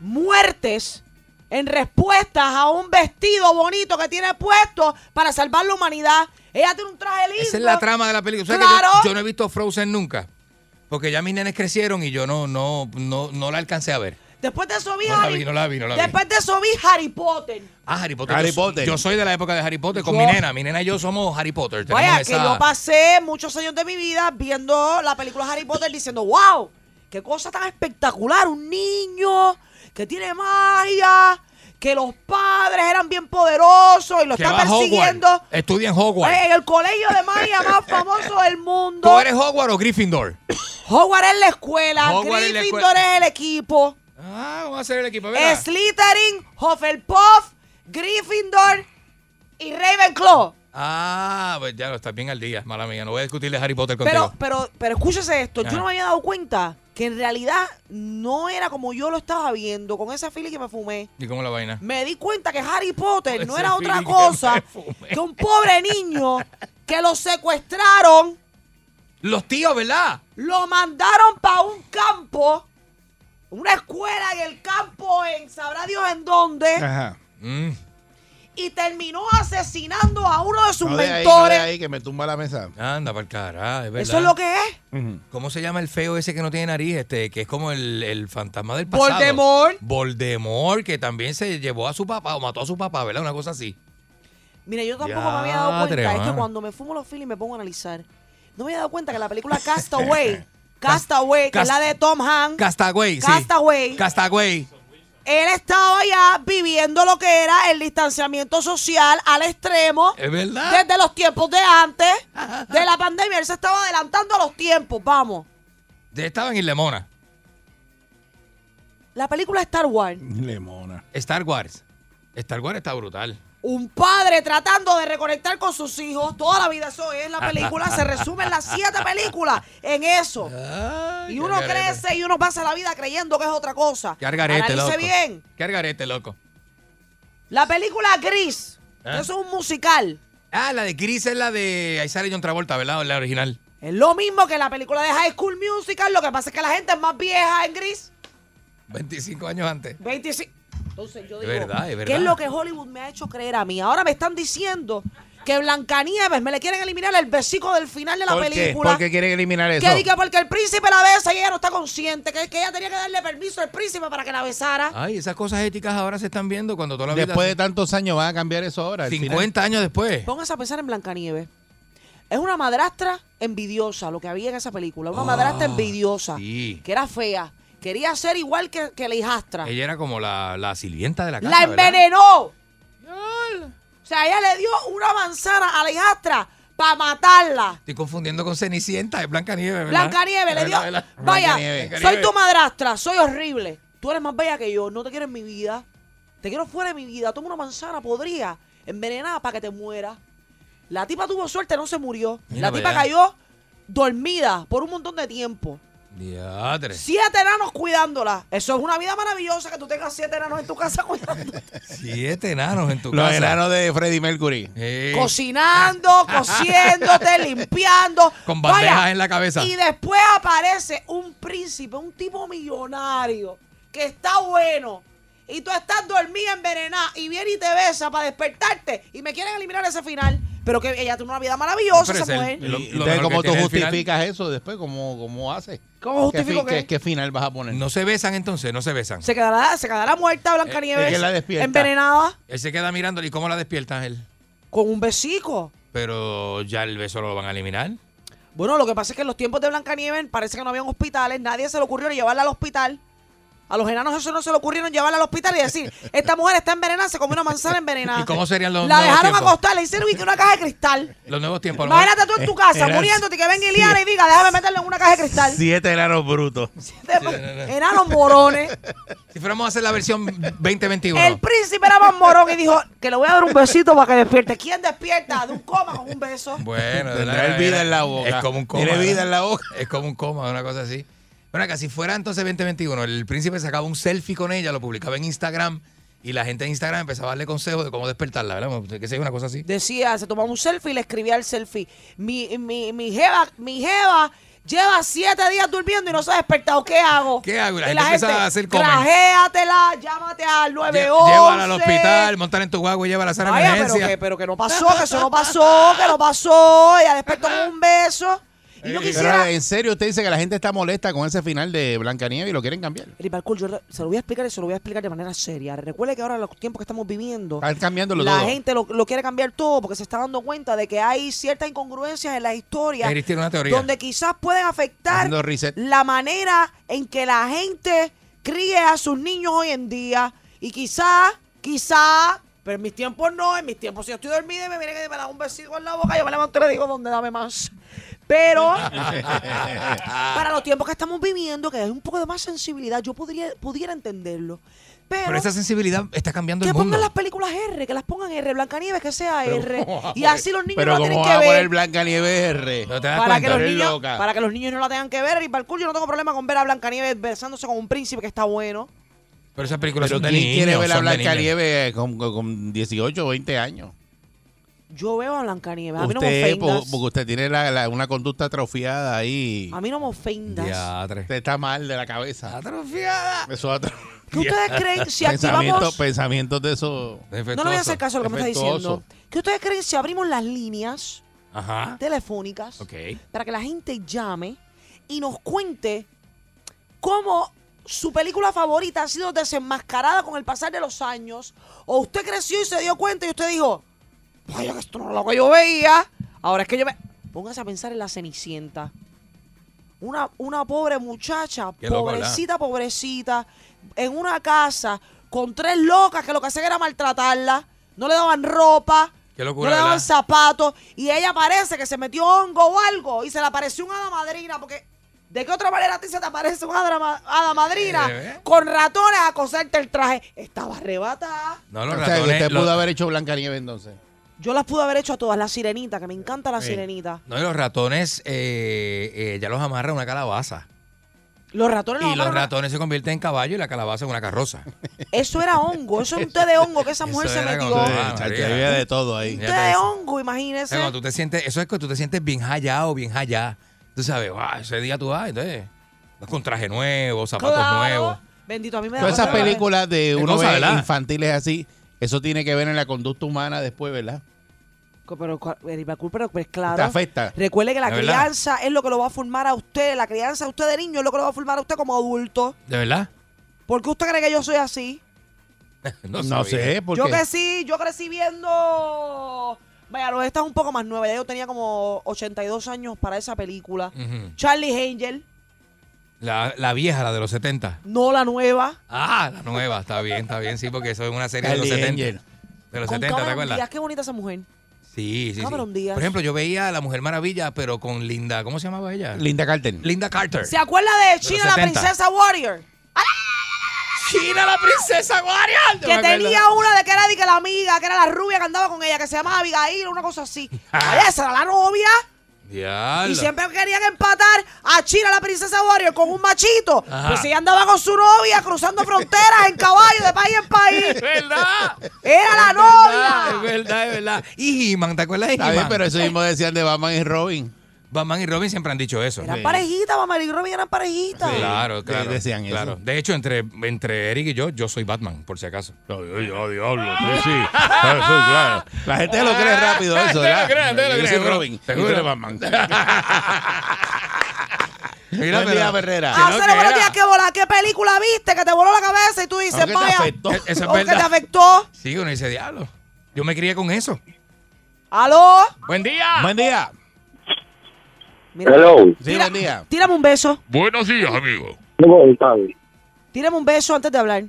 muertes en respuestas a un vestido bonito que tiene puesto para salvar la humanidad. Ella tiene un traje lindo.
Esa es la trama de la película. O sea que
Claro.
yo, yo no he visto Frozen nunca. Porque ya mis nenes crecieron y yo no, no, no, no la alcancé a ver.
Después de eso vi
No la
Harry-
vi, no la vi, no la vi.
Después de eso vi Harry Potter.
Ah, Harry Potter.
Harry
yo, soy-
Potter.
yo soy de la época de Harry Potter con
Yo-
mi nena. Mi nena y yo somos Harry Potter. Tenemos
Vaya, que
esa-
yo pasé muchos años de mi vida viendo la película Harry Potter diciendo, wow, qué cosa tan espectacular, un niño que tiene magia, que los padres eran bien poderosos y lo
que
están
va a
persiguiendo.
Hogwarts. Estudia en Hogwarts.
En el colegio de magia más famoso del mundo.
¿Tú eres Hogwarts o Gryffindor?
Hogwarts es la escuela,
Hogwarts es la
Gryffindor
escuela.
es el equipo,
Ah, vamos a hacer el equipo. ¿verdad?
Slytherin, Hufflepuff, Gryffindor y Ravenclaw.
Ah, pues ya lo estás bien al día, mala mía. No voy a discutir de Harry Potter contigo.
Pero, pero, pero escúchese esto,
Ajá.
yo no me había dado cuenta que en realidad no era como yo lo estaba viendo con esa fili que me fumé.
¿Y cómo la vaina?
Me di cuenta que Harry Potter no
Ese
era otra
feeling que me
cosa
fumé.
que un pobre niño que lo secuestraron,
Los tíos, ¿verdad?
lo mandaron para un campo, una escuela en el campo en sabrá Dios en dónde,
Ajá.
Mm.
y terminó asesinando a uno de sus
No de ahí, no de
mentores.
ahí, que me tumba la mesa.
Anda, para el cara, es verdad.
Eso es lo que es.
¿Cómo se llama el feo ese que no tiene nariz? Este, que es como el, el fantasma del pasado.
Voldemort.
Voldemort, que también se llevó a su papá o mató a su papá, ¿verdad? Una cosa así.
Mira, yo tampoco me había dado
Diadre,
cuenta. Es
mano.
que cuando me fumo los filis me pongo a analizar. No me había dado cuenta que la película Castaway, Castaway, que es la de Tom Hanks,
Castaway, sí.
Castaway.
Castaway.
él estaba ya viviendo lo que era el distanciamiento social al extremo.
Es verdad.
Desde los tiempos de antes, de la pandemia, él se estaba adelantando a los tiempos, vamos.
De- Estaba en Lemona.
La película Star Wars,
Lemona.
Star Wars. Star Wars está brutal.
un padre tratando de reconectar con sus hijos, toda la vida eso es la película, se resumen las siete películas en eso. Y uno crece y uno pasa la vida creyendo que es otra cosa.
Qué argarete,
Analice
loco.
bien.
Qué argarete, loco.
La película Gris.
¿Eh?
que Eso es un musical.
Ah, la de Gris es la de. Ahí sale John Travolta, ¿verdad? La original.
Es lo mismo que la película de High School Musical. Lo que pasa es que la gente es más vieja en Gris.
25 años antes.
25. Entonces yo
Es
digo,
verdad, Ah, es verdad.
¿qué es lo que Hollywood me ha hecho creer a mí? Ahora me están diciendo que Blancanieves me le quieren eliminar el besico del final de la
¿Por qué?
película.
¿Por qué quieren eliminar eso?
Que di que porque el príncipe la besa y ella no está consciente, que, que ella tenía que darle permiso al príncipe para que la besara.
Ay, esas cosas éticas ahora se están viendo cuando toda la vida.
Después de tantos años van a cambiar eso ahora. al final.
50 años después.
Póngase a pensar en Blancanieves. Es una madrastra envidiosa, lo que había en esa película. Una
Ah,
madrastra envidiosa,
sí.
que era fea. Quería ser igual que, que la hijastra.
Ella era como la, la sirvienta de la casa.
la
¿verdad?
envenenó. O sea, ella le dio una manzana a la hijastra para matarla.
Estoy confundiendo con Cenicienta, es Blanca Nieve.
Blancanieves le dio. Vaya, soy tu madrastra, soy horrible. Tú eres más bella que yo, no te quiero en mi vida. Te quiero fuera de mi vida. Toma una manzana podría envenenada para que te mueras. La tipa tuvo suerte, no se murió.
Mira
la
pa'
tipa
allá.
cayó dormida por un montón de tiempo.
Diadre.
Siete enanos cuidándola. Eso es una vida maravillosa que tú tengas siete enanos en tu casa cuidándote.
Siete enanos en tu
Los
casa.
enanos de Freddie Mercury.
Cocinando, cociéndote, limpiando.
Con bandejas
Vaya,
en la cabeza.
Y después aparece un príncipe, un tipo millonario, que está bueno. Y tú estás dormida, envenenada, y viene y te besa para despertarte. Y me quieren eliminar ese final. Pero que ella tuvo una vida maravillosa, esa mujer.
Y-
lo
entonces,
mejor
¿cómo
que
tú
tiene el final.
justificas eso después? ¿Cómo, cómo haces?
¿Cómo
¿Qué fi-
justifico
qué,
qué?
qué final vas a poner?
No se besan entonces, no se besan.
Se quedará, se quedará muerta Blancanieves.
¿de qué Eh, la despierta?
envenenada
Él se queda mirándole. ¿Y cómo la despiertan él?
con un besico.
Pero ya el beso lo van a eliminar.
Bueno, lo que pasa es que en los tiempos de Blancanieves parece que no habían hospitales, nadie se le ocurrió llevarla al hospital. A los enanos eso no se le ocurrieron llevarla al hospital y decir, esta mujer está envenenada, se comió una manzana envenenada.
¿Y cómo serían los
La
nuevos
dejaron
tiempos?
acostar, le hicieron y que una caja de cristal.
Los nuevos tiempos. a lo mejor-
Imagínate tú en tu casa
Era-
muriéndote y que venga Iliana y diga, déjame meterlo en una caja de cristal.
Siete enanos brutos.
Enanos morones.
Si fuéramos a hacer la versión 2021.
El príncipe era más morón y dijo que le voy a dar un besito para que despierte. ¿Quién despierta de un coma con un beso?
Bueno, de
Tendrá el vida en la boca.
Es como un coma.
Tiene vida
en la boca. Es como un coma, una cosa así. Bueno, que si fuera entonces 2021, el príncipe sacaba un selfie con ella, lo publicaba en Instagram y la gente en Instagram empezaba a darle consejos de cómo despertarla, ¿verdad? Que sea una cosa así.
Decía, se tomaba un selfie y le escribía el selfie. Mi, mi, mi jeva, mi jeva lleva siete días durmiendo y no se ha despertado. ¿Qué hago?
¿Qué hago? Y la
Y
gente empezaba a hacer comment.
Trajéatela, llámate al
Lle-
911.
Llévala al hospital, montar en tu guagua y llévala a la sala de
Vaya, pero
emergencia.
que, pero que no pasó, que eso no pasó, que no pasó. Ella despertó con un beso. Y yo
Eh,
Pero,
quisiera...
en serio, usted dice que la gente está molesta con ese final de Blancanieves y lo quieren cambiar.
Riparcool, yo re- se lo voy a explicar y se lo voy a explicar de manera seria. Recuerde que ahora los tiempos que estamos viviendo,
Están cambiándolo
la
todo.
gente lo, lo quiere cambiar todo porque se está dando cuenta de que hay ciertas incongruencias en la historia
Ahí tiene una teoría.
donde quizás pueden afectar
Haciendo reset.
la manera en que la gente críe a sus niños hoy en día y quizás, quizás, pero en mis tiempos no, en mis tiempos si yo estoy dormida y me viene que me da un besito en la boca, yo me levanto y le digo, ¿dónde dame más? Pero para los tiempos que estamos viviendo, que hay un poco de más sensibilidad, yo podría, pudiera entenderlo. Pero,
Pero esa sensibilidad está cambiando
que
el mundo.
pongan las películas R, que las pongan R, Blancanieves que sea
Pero
R.
¿cómo va a
Y
poner-
así los niños
Pero
no la tienen
como vas
que
a poner
ver.
Blancanieves R.
Para que, los
Eres
niños,
loca.
para que los niños no la tengan que ver, y para el culo yo no tengo problema con ver a Blancanieves besándose con un príncipe que está bueno.
Pero esas películas
Pero
son de
¿quién quiere
niños,
ver a
son de
Blancanieves eh, con, con- con 18 o 20 años?
Yo veo a Blancanieves, a mí no me
Usted, po-
ofendas. Ah,
porque usted tiene la- la- una conducta atrofiada ahí.
A mí no me ofendas.
Usted está mal de la cabeza.
Atrofiada.
Eso atro-
¿Qué ustedes creen si
Pensamientos,
activamos-
pensamientos de eso.
No le voy a hacer caso a lo que me está diciendo. ¿Qué ustedes creen si abrimos las líneas
Ah.
Ajá.
telefónicas
Ok.
para que la gente llame y nos cuente cómo su película favorita ha sido desenmascarada con el pasar de los años? ¿O usted creció y se dio cuenta y usted dijo, vaya que esto no era lo que yo veía? Ahora es que yo me... Póngase a pensar en la Cenicienta. Una, una pobre muchacha,
Qué loco, ¿verdad?
pobrecita, pobrecita, en una casa con tres locas que lo que hacían era maltratarla, no le daban ropa,
Qué
no
locura,
le daban
¿verdad?
zapatos, y ella parece que se metió hongo o algo, y se le apareció una hada madrina, porque ¿de qué otra manera a ti se te aparece una hada, ma- hada madrina
Eh,
con ratones a coserte el traje? Estaba arrebatada.
No, los
O sea, que
ratones-
usted
los-
pudo haber hecho Blancanieves entonces.
Yo las pude haber hecho a todas, la sirenita, que me encanta la
Sí.
sirenita.
No, y los ratones eh, eh, ya los amarra una calabaza.
Los ratones los
y los
amaron a-
ratones se convierten en caballo y la calabaza en una carroza.
Eso era hongo, eso es un té de hongo que esa mujer se metió.
Ah,
había de todo ahí.
té de hongo, imagínese.
eh, Cuando tú te sientes, eso es que tú te sientes bien hallado, bien hallado. Tú sabes, "Guau, ese día tú vas, entonces, vas con traje nuevo, zapatos
Claro.
nuevos.
Bendito, a mí me da
Todas esas
cosa ver-
películas de
Qué
uno
cosa,
ve
¿verdad?
infantiles así, eso tiene que ver en la conducta humana después, ¿verdad?
Co- Pero, cua- el Ibacul, pero, pues, claro.
Te afecta.
Recuerde que la
¿De verdad?
crianza es lo que lo va a formar a usted. La crianza de usted de niño es lo que lo va a formar a usted como adulto.
¿De verdad?
¿Por qué usted cree que yo soy así?
No,
sabía.
sé, porque
Yo crecí, yo crecí viendo. Vaya, los esta es un poco más nueva. Ya yo tenía como 82 años para esa película.
Ujú.
Charlie Angel,
La, la vieja, la de los 70.
no la nueva.
Ah, la nueva, está bien, está bien, sí, porque eso es una serie de los
Charlie
70. De los
Con
70, ¿te
Cameron
acuerdas?
Díaz, qué bonita esa mujer.
Sí, sí, sí.
Cameron Díaz.
Por ejemplo, yo veía a la Mujer Maravilla, pero con Linda, ¿cómo se llamaba ella?
Linda Carter.
Linda Carter.
¿Se acuerda de
los
China la
70.
princesa Warrior? ¡Ah!
China la princesa Warrior. Yo
Que
me acuerdo.
tenía una de que era de que la amiga, que era la rubia que andaba con ella, que se llamaba Abigail, una cosa así. Ay, esa era la novia.
Diablo.
Y siempre querían empatar a China, la princesa Warrior, con un machito.
Ajá.
Pues ella andaba con su novia cruzando fronteras en caballo de país en país.
Es verdad.
Era la
Ah, es
novia.
verdad, es verdad. Y He-Man, ¿te acuerdas de
Está bien,
He-Man?
pero eso mismo decían de Batman y Robin.
Batman y Robin siempre han dicho eso.
Eran parejitas, mamá y Robin eran parejitas.
Claro,
de-
claro.
decían eso.
claro. De hecho, entre, entre Eric y yo, yo soy Batman, por si acaso.
Yo, diablo, tú sí. Claro, sí, claro. La gente lo cree rápido eso,
Te Ah, lo
¿verdad?
crees, te lo
Yo
crees,
soy
bro.
Robin.
Te
y tú eres
juro.
Batman.
Mira,
Buen día,
pero-
Herrera.
Ah,
Creo
Cero,
que
buenos
era.
días, ¿qué, bola, ¿qué película viste que te voló la cabeza y tú dices,
Aunque te
vaya,
afectó.
E- Eso es
o que te
verdad.
afectó?
Sí, uno dice, diablo. Yo me crié con eso.
¿Aló?
¡Buen día!
Buen día.
Mira,
Sí,
Mira-
buen día.
Tírame un beso,
Buenos días, amigo.
tírame un beso antes de hablar.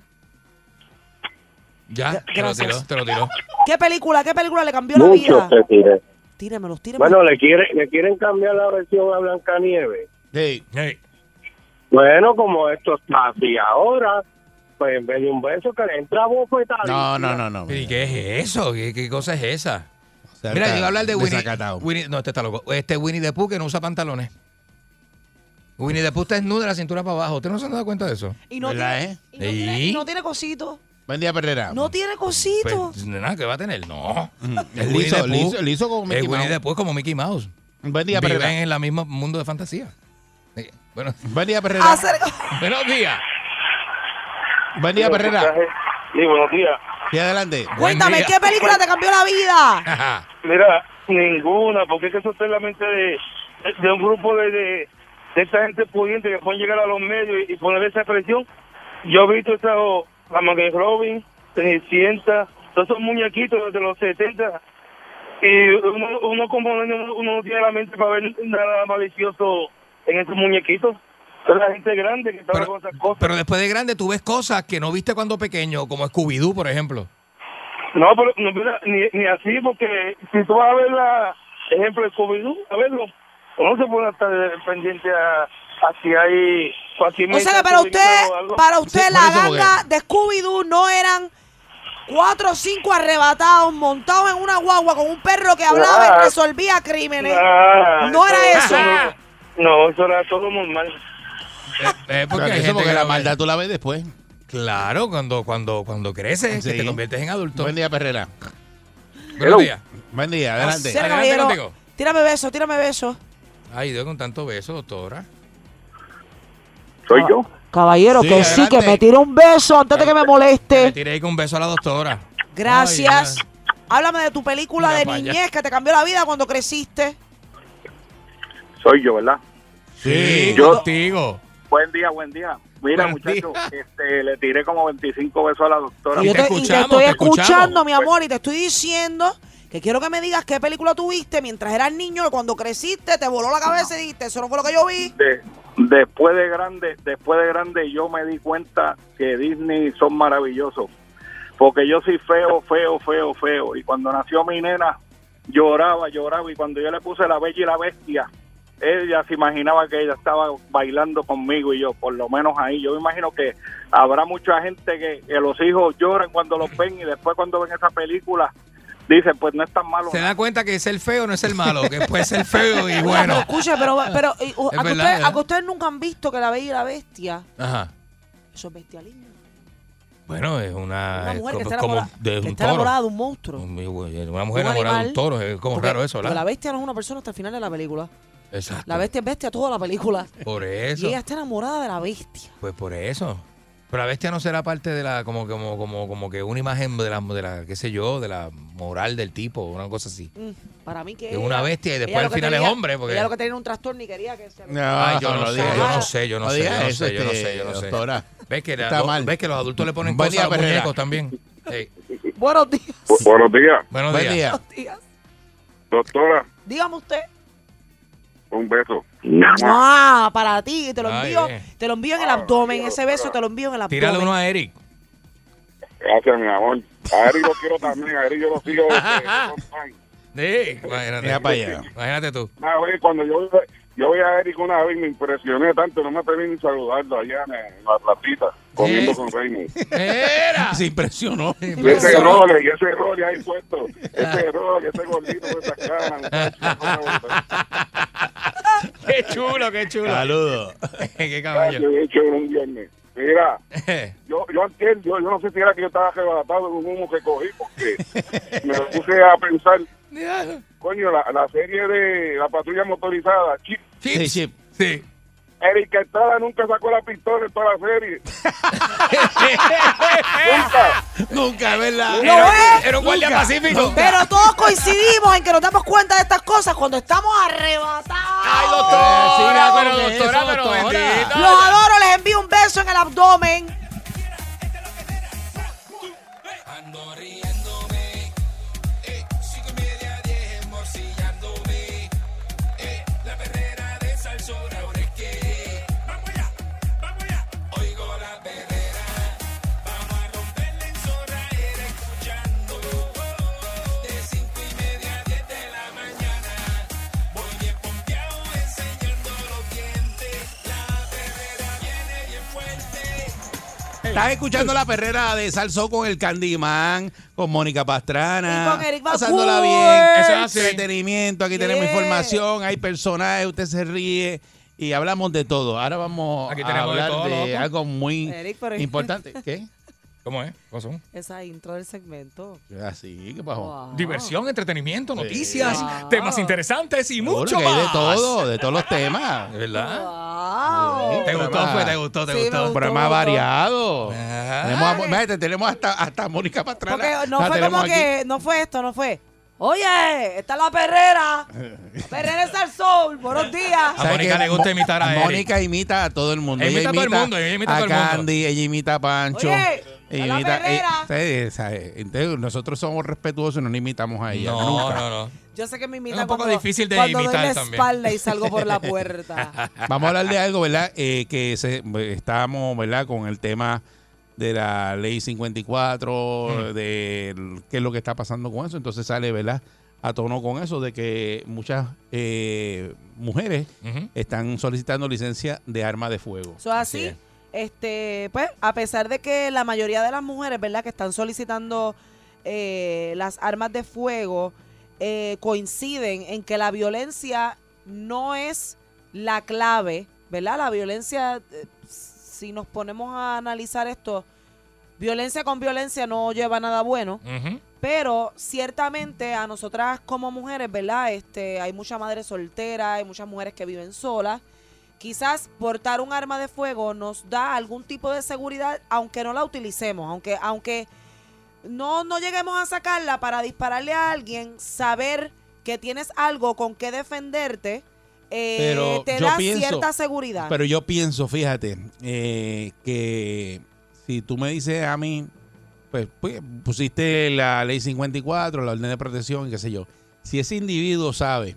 Ya, te lo tiró, te lo tiró.
¿Qué película, qué película le cambió la vida?
Muchos se tiré.
Tíramelos, tíramelos.
Bueno, le, quiere, le quieren cambiar la versión a Blancanieves.
Sí.
Hey.
Bueno, como esto está así ahora, pues en vez de un beso que le entra bofetada.
No, no, no, no.
¿Y qué es eso? ¿Qué, qué cosa es esa?
sea,
Mira,
está
yo iba a hablar de Winnie,
desacatado.
Winnie- No, este está loco. Este Winnie the Pooh que no usa pantalones. Winnie the Pooh está desnudo de la cintura para abajo. ¿Ustedes no se han dado cuenta de eso?
Y no,
¿Verdad,
tiene,
eh?
y no tiene-
Sí.
y no tiene cosito.
Buen día, Herrera.
No tiene cosito.
Pues, nada, ¿qué va a tener? No.
Es
Winnie
liso,
the Pooh.
liso, liso como
Es
Mickey
Winnie the
Mouse.
Pooh como Mickey Mouse.
Buen día,
Viven
Herrera.
en el mismo mundo de fantasía. Eh, Bueno,
Buen día, Herrera.
Hacer-
buenos días.
Buen día, Herrera.
Sí, buenos días.
Y adelante.
Cuéntame,
día.
¿qué película te cambió la vida?
Ajá.
Mira, ninguna, porque es que eso está en la mente de, de un grupo de, de, de esta gente pudiente que pueden llegar a los medios y, y poner esa presión. Yo he visto esa, o- la Mangue Robin, Cenicienta, todos esos muñequitos de los 70. Y uno, uno como niño, uno no tiene la mente para ver nada malicioso en esos muñequitos. Es la gente grande que trabaja con esas cosas.
Pero después de grande tú ves cosas que no viste cuando pequeño, como Scooby-Doo, por ejemplo.
No, pero no, mira, ni, ni así, porque si tú vas a ver la, ejemplo, de Scooby-Doo, a verlo, uno se puede estar pendiente a, a si hay
O sea que para usted, para usted
Sí,
la
por eso, porque-
ganga de Scooby-Doo no eran cuatro o cinco arrebatados montados en una guagua con un perro que hablaba
Ah.
y resolvía crímenes.
Ah,
No era eso.
No, eso era todo normal.
Eh, eh, porque
Claro, eso
hay gente
porque
que
la
lo ve.
maldad tú la ves después.
Claro, cuando, cuando, cuando creces, que
Pues. Sí.
te conviertes en adulto.
Buen día, Herrera.
Buenos días.
Buen día, adelante.
Cero,
Adelante
caballero.
contigo.
Tírame beso, tírame beso.
Ay, Dios, con tanto beso, doctora.
¿Soy yo?
Caballero,
Sí,
que sí, que
adelante.
me tire un beso antes de que me
Le
moleste.
tiré ahí con un beso a la doctora.
Gracias.
Ay,
Háblame de tu película
Mira
de
pa' allá.
niñez que te cambió la vida cuando creciste.
Soy yo, ¿verdad?
Sí,
Yo-
contigo.
Buen día, buen día. Mira,
Buen día.
muchachos, este, le tiré como 25 besos a la doctora.
Y
Y yo
te
te, y te
escuchamos,
estoy
te escuchamos.
escuchando, mi amor, y te estoy diciendo que quiero que me digas qué película tuviste mientras eras niño, cuando creciste, te voló la cabeza y dijiste, eso no fue lo que yo vi.
De- después de grande, después de grande, yo me di cuenta que Disney son maravillosos. Porque yo soy feo, feo, feo, feo. Y cuando nació mi nena, lloraba, lloraba. Y cuando yo le puse la bella y la bestia, ella se imaginaba que ella estaba bailando conmigo y yo, por lo menos ahí. Yo me imagino que habrá mucha gente que, que los hijos lloran cuando los ven y después cuando ven esa película, dicen, pues no es tan malo.
Se da cuenta que ser feo no es el malo, que puede ser feo y
Pero
bueno.
escuche, pero, pero y, o-
Ah, Es
a, que
verdad, ¿eh?
ustedes, a
¿verdad?
que ustedes nunca han visto que la bella y la bestia,
Ajá.
eso es bestialismo.
Bueno, es una.
Una mujer que
es
está
como
enamorada
de
que
un
está
toro.
enamorada de un monstruo.
Una mujer
un
enamorada de
animal.
un toro, es como
Porque-
raro eso,
porque la
¿verdad?
bestia no es una persona hasta el final de la película.
Exacto.
La bestia es bestia toda la película.
Por
Y
eso.
ella está enamorada de la bestia.
Pues por eso. Pero la bestia no será parte de la, como, como, como, como que una imagen de la, de la, qué sé yo, de la moral del tipo, una cosa así.
Mm, Para mí que
Es una
ella-
bestia y después
ella lo
al
que
final es
tenía-
hombre, porque-
Ella lo que tenía era un trastorno y quería que se...
No,
Ay, yo no, sé,
diga
yo no
eso.
sé, yo no,
No
sé, yo
diga
no
eso,
sé, yo no
este,
sé, yo no sé.
doctora.
¿Ves que, la-
Está
lo-
mal.
ves que los adultos le ponen
Buen
cosas
día,
a los
Perrera.
muñecos también. Ey,
Buenos días.
Buenos días,
buenos
Buen
días.
día.
Buenos días.
doctora.
Dígame usted.
Un beso.
Ah, para ti, te lo
Ay, eh.
envío,
bien.
te lo envío en el abdomen, ese beso te lo envío en el abdomen.
Tírale uno a Eric.
Gracias, mi amor. A Eric lo quiero también. A Eric yo lo sigo.
Sí, imagínate.
Mira para allá.
Imagínate tú.
Una vez, cuando yo, yo vi a Eric una vez, me impresioné tanto, no me atreví ni saludarlo allá en, en la platita,
Eh.
comiendo con Raymond.
¡Era!
Se impresionó.
Y ese rol, y ese rol ahí puesto, ese rol, ese gordito con esas caras. muchacho, no me gusta.
qué chulo, qué chulo.
Saludos.
qué
Ay,
caballo. Este
qué bien chévere un viernes. Mira, yo, yo antes, yo, yo no sé si era que yo estaba arrebatado con humo que cogí, porque me puse a pensar, coño, la, la serie de la patrulla motorizada, Chip,
Sí, Chip. Sí.
Eric Estrada nunca sacó la pistola en toda la serie. nunca.
Nunca, ¿verdad?
¿Lo ves?
Nunca.
Pero todos coincidimos en que nos damos cuenta de estas cosas cuando estamos arrebatados. Ay, doctora,
pero, doctora, pero bendita.
Los adoro, les envío un beso en el abdomen.
Ando riéndome, eh, cinco y media, diez, morcillándome, eh, la perrera de Salsón, ahora es que, vamos allá, vamos allá, oigo la perrera, vamos a romperla en zona, era escuchando, de cinco y media a diez de la mañana, voy bien pompeado enseñando los dientes, la perrera viene bien fuerte.
Estás escuchando la perrera de Salsó con el Candyman, con Mónica Pastrana.
Y con Eric
pasándola
Bacoor.
bien.
Eso es así.
Entretenimiento, aquí tenemos información, hay personajes, usted se ríe y hablamos de todo. Ahora vamos
Aquí
a
tenemos de
hablar de,
todo, loco.
algo muy
Eric, pero-
importante. ¿Qué?
¿Cómo es? ¿Cómo son?
Esa intro del segmento.
Así, ¿qué pasó?
Diversión, entretenimiento,
Sí.
noticias,
Wow.
temas interesantes y
Seguro
mucho
que hay
más.
de todo, de todos los temas.
¿Verdad?
Wow.
¿Te gustó, fue? ¿Te gustó, te Sí, me gustó? Ah. gustó,
Un programa
me gustó.
variado. Tenemos, a- imagínate, tenemos hasta, hasta Mónica Pastrana.
Porque no
La
fue
tenemos
como
aquí.
que, no fue esto, no fue. Oye, está la perrera. La perrera es al sol. Buenos días.
¿Sabes
Mónica
qué?
le gusta
Mo-
imitar a Eric.
Mónica imita a todo el mundo.
Ella imita a todo el mundo, ella imita a todo el mundo.
Candy, ella imita a Pancho.
Oye,
ella
a la
imita-
perrera.
eh, ustedes, ¿sabes? Entonces, nosotros somos respetuosos y no le imitamos a ella.
No,
nunca.
no, no.
Yo sé que me imita
Es un poco
cuando-
difícil de
cuando doy
imitar
la
también.
espalda y salgo por la puerta.
Vamos a hablar de algo, ¿verdad? Eh, que se, estamos, ¿verdad? Con el tema de la ley
Mm.
54, de el- qué es lo que está pasando con eso. Entonces sale, ¿verdad? A tono con eso de que muchas eh, mujeres
Ujú.
están solicitando licencia de arma de fuego.
Eso es así. Este, pues, a pesar de que la mayoría de las mujeres, ¿verdad?, que están solicitando eh, las armas de fuego, eh, coinciden en que la violencia no es la clave, ¿verdad? La violencia, eh, si nos ponemos a analizar esto, violencia con violencia no lleva a nada bueno. Pero ciertamente a nosotras como mujeres, ¿verdad? Este, hay muchas madres solteras, hay muchas mujeres que viven solas. Quizás portar un arma de fuego nos da algún tipo de seguridad, aunque no la utilicemos, aunque, aunque no, no lleguemos a sacarla para dispararle a alguien, saber que tienes algo con qué defenderte, eh,
Pero
te
yo
da
pienso-
cierta seguridad.
Pero yo pienso, fíjate, eh, que si tú me dices a mí, pues, pues, pusiste la ley 54, la orden de protección, qué sé yo. Si ese individuo sabe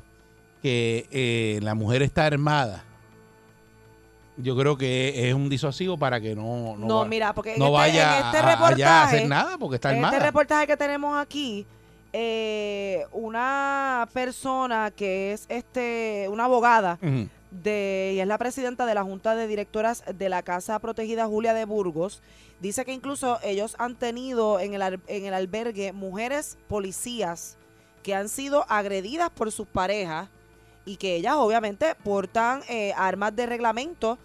que eh, la mujer está armada, yo creo que es un disuasivo para que no, no,
No,
va-
mira, porque en
no
este-
vaya
en este
a- allá a
reportaje-
hacer nada porque está
En
armada.
Este reportaje que tenemos aquí, eh, una persona que es este, una abogada
Ujú.
de, y es la presidenta de la Junta de Directoras de la Casa Protegida Julia de Burgos, dice que incluso ellos han tenido en el, al- en el albergue mujeres policías que han sido agredidas por sus parejas y que ellas obviamente portan eh, armas de reglamento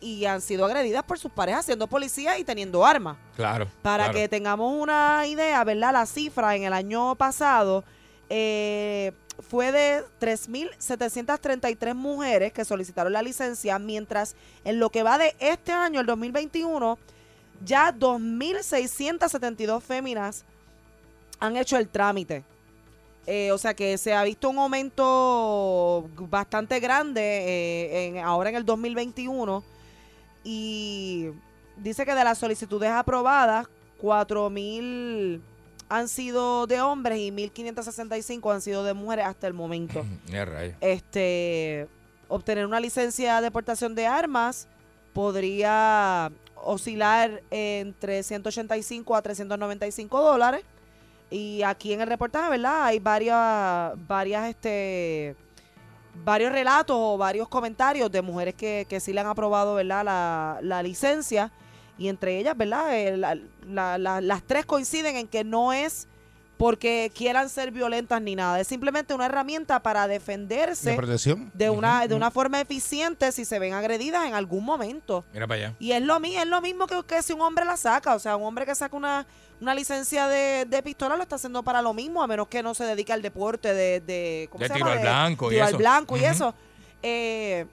y han sido agredidas por sus parejas siendo policías y teniendo armas.
Claro.
Para
claro.
que tengamos una idea, ¿verdad? La cifra en el año pasado eh, fue de 3.733 mujeres que solicitaron la licencia, mientras en lo que va de este año, el 2021, ya 2.672 féminas han hecho el trámite. Eh, o sea que se ha visto un aumento bastante grande eh, en- ahora en el 2021 y dice que de las solicitudes aprobadas, 4.000 han sido de hombres y 1.565 han sido de mujeres hasta el momento.
Ya, rayo.
este Obtener una licencia de portación de armas podría oscilar entre 185 a 395 dólares. Y aquí en el reportaje, ¿verdad? Hay varias, varias, este, varios relatos o varios comentarios de mujeres que, que sí le han aprobado, ¿verdad? La, la licencia. Y entre ellas, ¿verdad? Eh, la- la- la- las tres coinciden en que no es porque quieran ser violentas ni nada. Es simplemente una herramienta para defenderse
De protección.
de una, de una
Ujú.
forma eficiente si se ven agredidas en algún momento.
Mira para allá.
Y es lo, mi- es lo mismo que, que si un hombre la saca. O sea, un hombre que saca una, una licencia de, de pistola lo está haciendo para lo mismo, a menos que no se dedique al deporte de. de ¿Cómo
De
se
tiro
llama?
al blanco y
tiro
eso.
al blanco y
Ujú.
eso. Eh,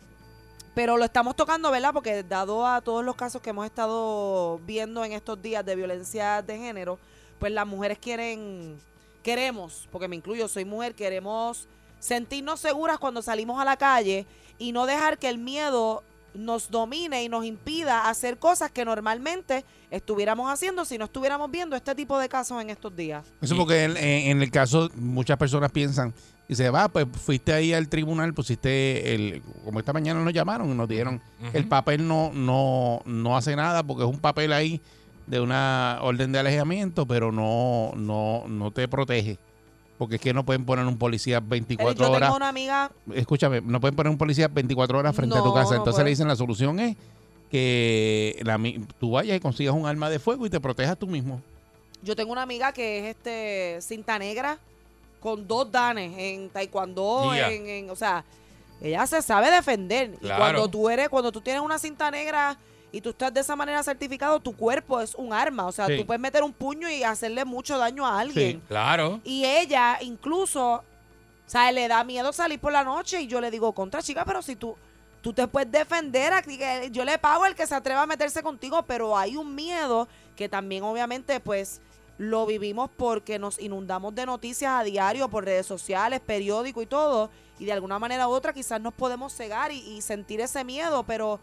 pero lo estamos tocando, ¿verdad? Porque dado a todos los casos que hemos estado viendo en estos días de violencia de género, pues las mujeres quieren, queremos, porque me incluyo, soy mujer, queremos sentirnos seguras cuando salimos a la calle y no dejar que el miedo nos domine y nos impida hacer cosas que normalmente estuviéramos haciendo si no estuviéramos viendo este tipo de casos en estos días.
Eso porque en, en- en el caso muchas personas piensan, dice, va, pues fuiste ahí al tribunal, pusiste el, como esta mañana nos llamaron y nos dijeron,
Ujú.
el papel no, no, no hace nada porque es un papel ahí de una orden de alejamiento, pero no, no, no te protege. Porque es que no pueden poner un policía 24
Eric, yo
horas.
tengo una amiga
Escúchame, no pueden poner un policía 24 horas frente a tu
No,
casa.
no
Entonces
pueden.
le dicen, la solución es que la mi- tú vayas y consigas un arma de fuego y te protejas tú mismo.
Yo tengo una amiga que es este cinta negra con dos danes en taekwondo,
Ya.
en, en- o sea, ella se sabe defender. Y
Claro.
cuando tú eres, cuando tú tienes una cinta negra y tú estás de esa manera certificado, tu cuerpo es un arma, o sea,
Sí.
tú puedes meter un puño y hacerle mucho daño a alguien.
Claro.
Y ella incluso, o sea, le da miedo salir por la noche y yo le digo, contra chica, pero si tú, tú te puedes defender, aquí que yo le pago al que se atreva a meterse contigo, pero hay un miedo que también obviamente pues lo vivimos porque nos inundamos de noticias a diario por redes sociales, periódico y todo, y de alguna manera u otra quizás nos podemos cegar y, y sentir ese miedo, pero...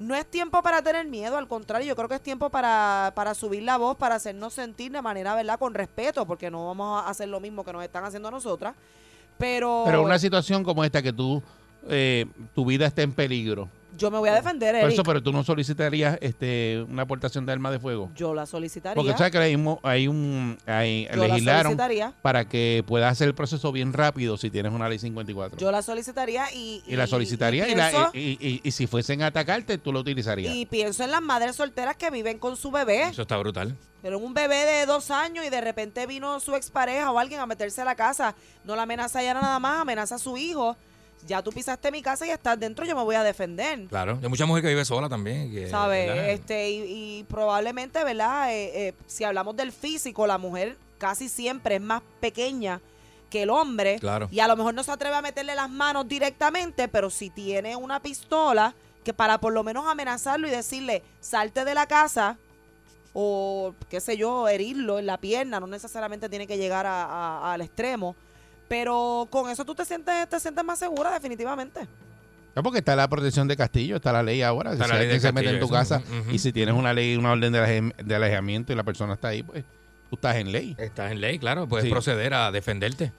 No es tiempo para tener miedo, al contrario, yo creo que es tiempo para, para subir la voz, para hacernos sentir de manera, ¿verdad?, con respeto, porque no vamos a hacer lo mismo que nos están haciendo a nosotras. Pero,
Pero una situación como esta que tú, eh, tu vida está en peligro.
yo me voy a defender,
Por
Eric.
eso, pero tú no solicitarías este, una aportación de arma de fuego.
yo la solicitaría.
Porque tú sabes que ahora mismo hay un, hay,
Yo la
legislaron
solicitaría.
para que puedas hacer el proceso bien rápido si tienes una ley 54.
Yo la solicitaría y,
y la solicitaría y,
y
la-
pienso-
y- y- y si fuesen a atacarte, tú lo utilizarías.
y pienso en las madres solteras que viven con su bebé.
está brutal.
Pero un bebé de dos años y de repente vino su expareja o alguien a meterse a la casa. No la amenaza ya nada más, amenaza a su hijo. Ya tú pisaste mi casa y estás dentro, yo me voy a defender.
Claro. Hay mucha mujer que vive sola también. que, ¿verdad?
¿Sabes? Este, y, y probablemente, ¿verdad? Eh, eh, si hablamos del físico, la mujer casi siempre es más pequeña que el hombre.
Claro.
Y a lo mejor no se atreve a meterle las manos directamente, pero si tiene una pistola, que para por lo menos amenazarlo y decirle, salte de la casa o qué sé yo, herirlo en la pierna, no necesariamente tiene que llegar a- a- al extremo. Pero con eso tú te sientes, te sientes más segura, definitivamente.
No, porque está la protección de Castillo, está la ley ahora.
Está
si
la ley
alguien
de
se mete en tu
Castillo,
casa
eso, ujú, ujú.
y si tienes una ley, una orden de, alejem- de alejamiento y la persona está ahí, pues tú estás en ley.
Estás en ley, claro. Puedes
Sí.
proceder a defenderte.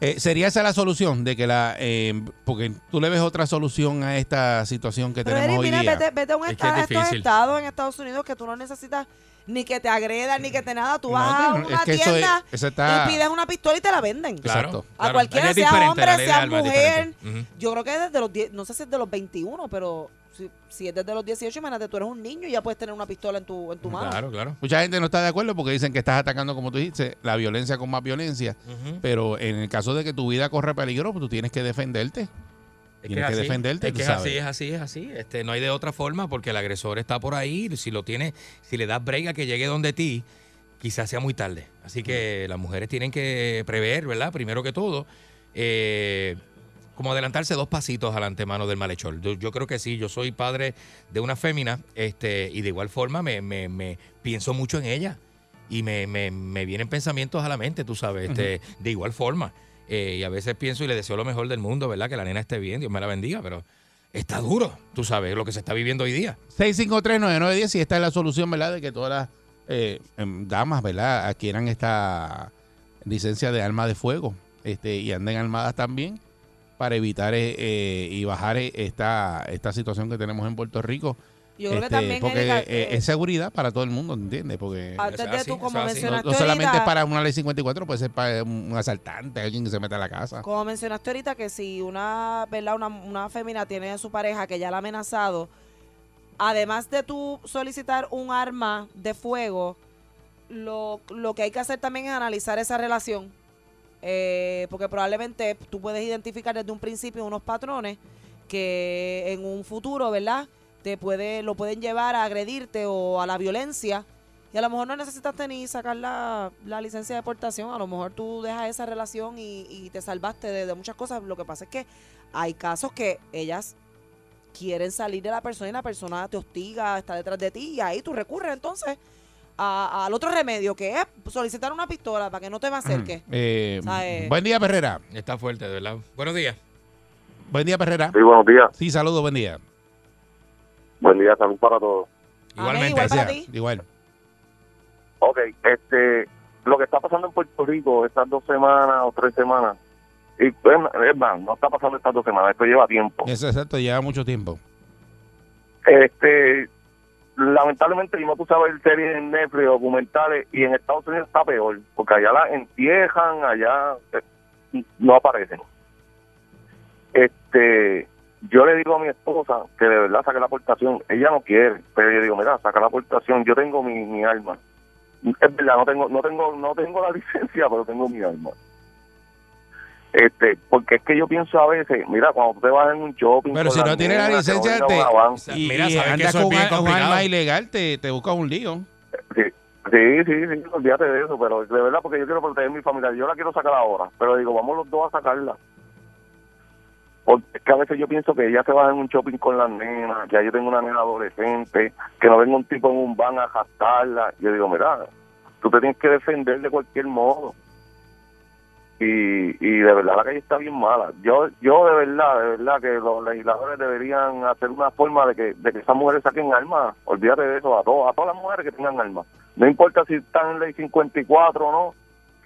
Eh, ¿Sería esa la solución? De que la, eh, porque tú le ves otra solución a esta situación que
Pero
tenemos
Eric,
hoy
mira,
día.
vete, vete a un
Es que
estado,
es
a estos
difícil.
estados en Estados Unidos que tú no necesitas ni que te agredan, ni que te nada. Tú
No,
vas a
que no,
una
es que eso es-
tienda
eso está-
y pides una pistola y te la venden.
Claro,
a
claro.
cualquiera,
Es
sea
diferente, la
hombre,
ley de
sea
armas es
mujer.
diferente. Ujú.
Yo creo que desde los 10, no sé si es de los 21, pero si, si es desde los 18, imagínate, tú eres un niño y ya puedes tener una pistola en tu, en tu mano.
claro.
Mucha gente no está de acuerdo porque dicen que estás atacando, como tú dijiste, la violencia con más violencia.
Ujú.
Pero en el caso de que tu vida corre peligro, pues tú tienes que defenderte.
Es
tienes
es
que,
así,
defenderte,
Es
tú
que es
sabes.
así, es así, es así. Este, no hay de otra forma porque el agresor está por ahí. Si lo tiene, si le das brega que llegue donde ti, quizás sea muy tarde. Así que las mujeres tienen que prever, ¿verdad? Primero que todo, eh, como adelantarse dos pasitos al antemano del malhechor. Yo, yo creo que sí, yo soy padre de una fémina este, y de igual forma me, me- me pienso mucho en ella y me, me- me vienen pensamientos a la mente, tú sabes, este, de igual forma. Eh, y a veces pienso y le deseo lo mejor del mundo, ¿verdad? Que la nena esté bien, Dios me la bendiga, pero está duro, tú sabes, lo que se está viviendo hoy día.
6539910 y esta es la solución, ¿verdad? De que todas las eh, em, damas, ¿verdad? Adquieran esta licencia de arma de fuego este y anden armadas también para evitar eh, eh, y bajar eh, esta, esta situación que tenemos en Puerto Rico.
Yo creo que
Este,
también,
porque
Erika,
eh,
eh,
es seguridad para todo el mundo, ¿entiendes? Porque
Antes de Eso es tú, así, como eso es así.
no,
mencionaste
no solamente
ahorita-
es para una ley 54, puede ser para un asaltante, alguien que se meta a la casa.
Como mencionaste ahorita que si una, ¿verdad? Una, una fémina tiene a su pareja que ya la ha amenazado, además de tú solicitar un arma de fuego, lo, lo que hay que hacer también es analizar esa relación, eh, porque probablemente tú puedes identificar desde un principio unos patrones que en un futuro, ¿verdad? Te puede, lo pueden llevar a agredirte o a la violencia. Y a lo mejor no necesitaste ni sacar la, la licencia de deportación, a lo mejor tú dejas esa relación y, y te salvaste de, de muchas cosas. Lo que pasa es que hay casos que ellas quieren salir de la persona y la persona te hostiga, está detrás de ti y ahí tú recurres entonces a- al otro remedio que es solicitar una pistola para que no te me acerques.
Eh,
¿Sabes?
buen día, Perrera.
Está fuerte, de verdad. Buenos días.
Buen día, Perrera.
Sí, buenos días.
Sí, saludos, buen día.
Buen día, salud para todos.
Igualmente,
igual para
o sea, igual.
Ok, este, lo que está pasando en Puerto Rico estas dos semanas o tres semanas, y es es más, no está pasando estas dos semanas, esto lleva tiempo.
Eso exacto, lleva mucho tiempo.
Este, lamentablemente, yo tú sabes series en Netflix, documentales, y en Estados Unidos está peor, porque allá la entierran, allá eh, no aparecen. Este, yo le digo a mi esposa que de verdad saque la aportación, ella no quiere, pero yo digo, mira, saca la aportación, yo tengo mi, mi alma. Es verdad, no tengo, no tengo, no tengo la licencia, pero tengo mi alma. Este, porque es que yo pienso a veces, mira, cuando tú te vas en un shopping,
Pero
con
si
las
no tienes la
nenas, te vas
licencia
a un
te,
avance.
y, y andas con, un- con un arma ilegal, te, te buscas un lío.
Sí, sí, sí, sí, olvídate de eso, pero de verdad porque yo quiero proteger mi familia, yo la quiero sacar ahora, pero digo, vamos los dos a sacarla. Porque es que a veces yo pienso que ella se va en un shopping con las nenas, que yo tengo una nena adolescente, que no venga un tipo en un van a gastarla. Yo digo, mira, tú te tienes que defender de cualquier modo. Y, y de verdad la calle está bien mala. Yo yo de verdad, de verdad que los legisladores deberían hacer una forma de que, de que esas mujeres saquen armas. Olvídate de eso, a, todas a todas las mujeres que tengan armas. No importa si están en ley 54 o no,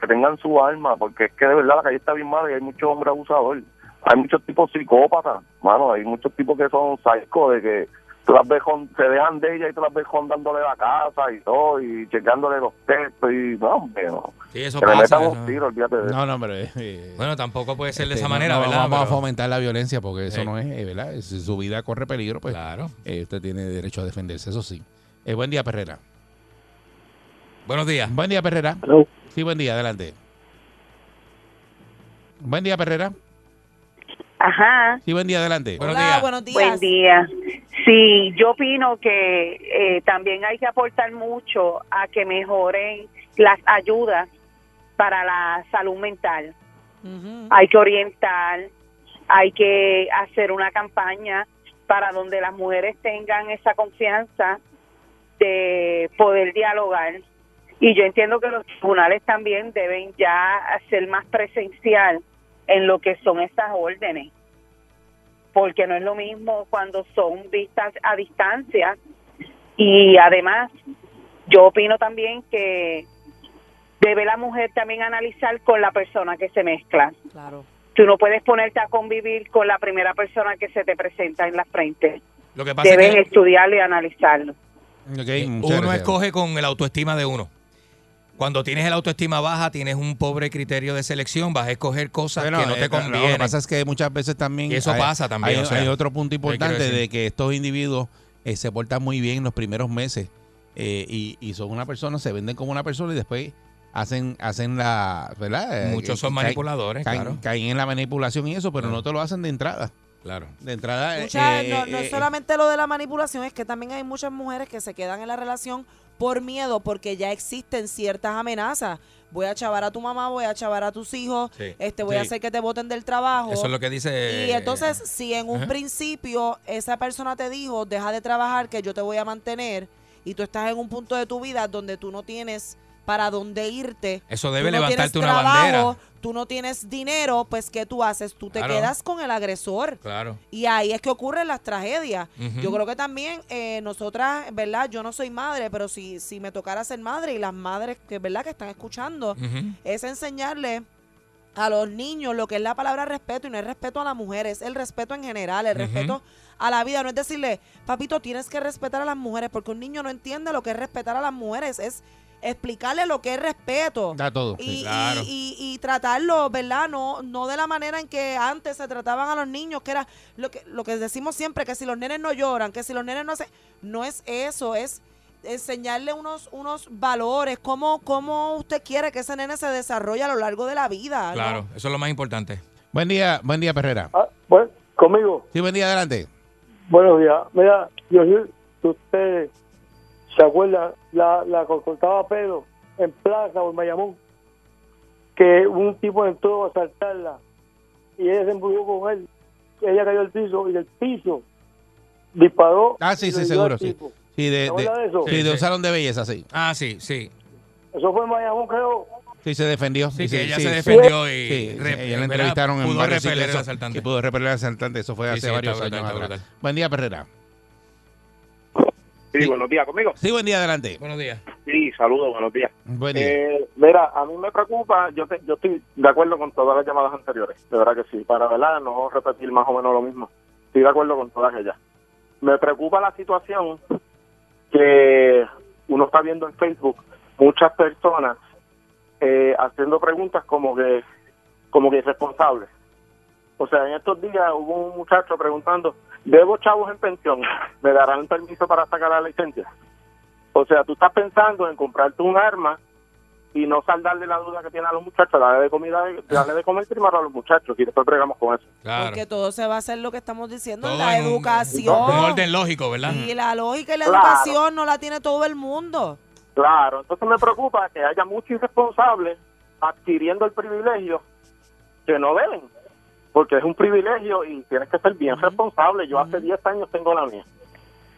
que tengan su arma, porque es que de verdad la calle está bien mala y hay muchos hombres abusadores. Hay muchos tipos psicópatas, mano, hay muchos tipos que son psicos, de que tú las ves con- se dejan de ella y tú las ves con dándole la casa y todo, y checándole los textos y no, hombre, no.
Sí, eso
que le
pasa,
metan un
eso.
tiro, olvídate de eso.
No, no, pero eh,
Bueno, tampoco puede ser de
este,
esa
no-
manera,
no
¿verdad?
Vamos a
Pero-
fomentar la violencia porque eso no es, eh, ¿verdad? Si su vida corre peligro, pues claro. usted tiene derecho a defenderse, eso sí. Eh, buen día, Perrera.
Buenos días.
Buen día, Perrera. Sí, buen día, adelante. Buen día, Perrera.
Ajá.
Sí, buen día, adelante.
buenos
días. Buen día. Sí, yo opino que eh, también hay que aportar mucho a que mejoren las ayudas para la salud mental. Hay que orientar, hay que hacer una campaña para donde las mujeres tengan esa confianza de poder dialogar. Y yo entiendo que los tribunales también deben ya ser más presencial en lo que son esas órdenes, porque no es lo mismo cuando son vistas a distancia. Y además, yo opino también que debe la mujer también analizar con la persona que se mezcla.
Claro.
Tú no puedes ponerte a convivir con la primera persona que se te presenta en la frente.
Lo que pasa es
Debes
que
estudiarlo y analizarlo.
Eh, uno escoge con el autoestima de uno. Cuando tienes el autoestima baja, tienes un pobre criterio de selección, vas a escoger cosas
Bueno,
que no
eh, lo-
te
Lo que
convienen.
pasa es que muchas veces también.
Y eso pasa también,
Hay,
o sea,
hay otro punto
¿qué quiero
importante
decir?
de que estos individuos eh, se portan muy bien en los primeros meses eh, y, y son una persona, se venden como una persona y después hacen hacen la. ¿Verdad? Eh,
Muchos son
caen-
manipuladores,
caen-
claro.
Caen en la manipulación y eso, pero no te lo hacen de entrada.
Claro.
De entrada. eh,
Muchas- no,
eh,
no es
eh,
solamente lo de la manipulación, es que también hay muchas mujeres que se quedan en la relación por miedo, porque ya existen ciertas amenazas. Voy a chavar a tu mamá, voy a chavar a tus hijos,
Sí.
este voy a
Sí.
hacer que te voten del trabajo.
Eso es lo que dice. eh,
Y entonces, si en un
ajá.
principio esa persona te dijo, deja de trabajar, que yo te voy a mantener, y tú estás en un punto de tu vida donde tú no tienes para dónde irte.
Eso debe
tú no
levantarte
tienes
una bandera.
Tú no tienes dinero, pues ¿qué tú haces? Tú te
Claro.
quedas con el agresor.
Claro.
Y ahí es que ocurren las tragedias.
Ujú.
Yo creo que también eh, nosotras, ¿verdad? Yo no soy madre, pero si, si me tocara ser madre y las madres, que ¿verdad? Que están escuchando,
Ujú.
es enseñarle a los niños lo que es la palabra respeto y no es respeto a la mujer, es el respeto en general, el
Ujú.
respeto a la vida. No es decirle, papito, tienes que respetar a las mujeres, porque un niño no entiende lo que es respetar a las mujeres, es explicarle lo que es respeto
Da todo.
y,
Sí,
y-
claro.
y- y tratarlo, ¿verdad? No, no de la manera en que antes se trataban a los niños, que era lo que, lo que decimos siempre, que si los nenes no lloran, que si los nenes no hacen... No es eso, es enseñarle unos, unos valores, cómo, cómo usted quiere que ese nene se desarrolle a lo largo de la vida. ¿no?
Claro, eso es lo más importante.
Buen día, buen día, Perrera.
Ah, Bueno, conmigo.
Sí, buen día, adelante.
Buenos días. Mira, yo, yo- usted se acuerda la, la que cortaba Pedro en Plaza o en Bayamón, que un tipo entró a asaltarla y ella se embulló con él. Ella cayó al piso y del piso disparó.
Ah, sí,
y
sí,
le dio
seguro,
al
sí.
tipo.
Sí, de,
¿Te acuerdas de eso?
sí, de un salón de belleza, sí.
Ah, sí, sí.
Eso fue en Bayamón, creo.
Sí, se defendió.
Sí,
Y
que ella se
sí.
defendió y
Sí, ella
rep-
la
¿verdad?
entrevistaron en
Pudo
varios
repeler
sitios,
al
eso-
asaltante.
Y pudo repeler al asaltante. Eso fue
Sí,
hace
sí, está
varios
brutal,
años
está
atrás.
brutal.
Buen día, Perrera.
Sí, buenos días conmigo.
Sí, buen día, adelante.
Buenos días.
Sí, saludos, buenos días.
Buen día.
Eh, mira, a mí me preocupa, yo, te- yo estoy de acuerdo con todas las llamadas anteriores, de verdad que sí, para verdad no repetir más o menos lo mismo. Estoy de acuerdo con todas ellas. Me preocupa la situación que uno está viendo en Facebook muchas personas eh, haciendo preguntas como que como que irresponsables. O sea, en estos días hubo un muchacho preguntando, ¿debo chavos en pensión? ¿Me darán permiso para sacar la licencia? O sea, tú estás pensando en comprarte un arma y no saldarle la duda que tiene a los muchachos, darle de comida, darle de comer primero a los muchachos y después pregamos con eso.
Porque todo se va a hacer lo que estamos diciendo en
Todo
la
en un-
educación.
Un orden lógico, ¿verdad?
Y la lógica y la
Claro.
educación no la tiene todo el mundo.
Claro, entonces me preocupa que haya muchos irresponsables adquiriendo el privilegio que no deben, porque es un privilegio y tienes que ser bien responsable. Yo hace 10 años tengo la mía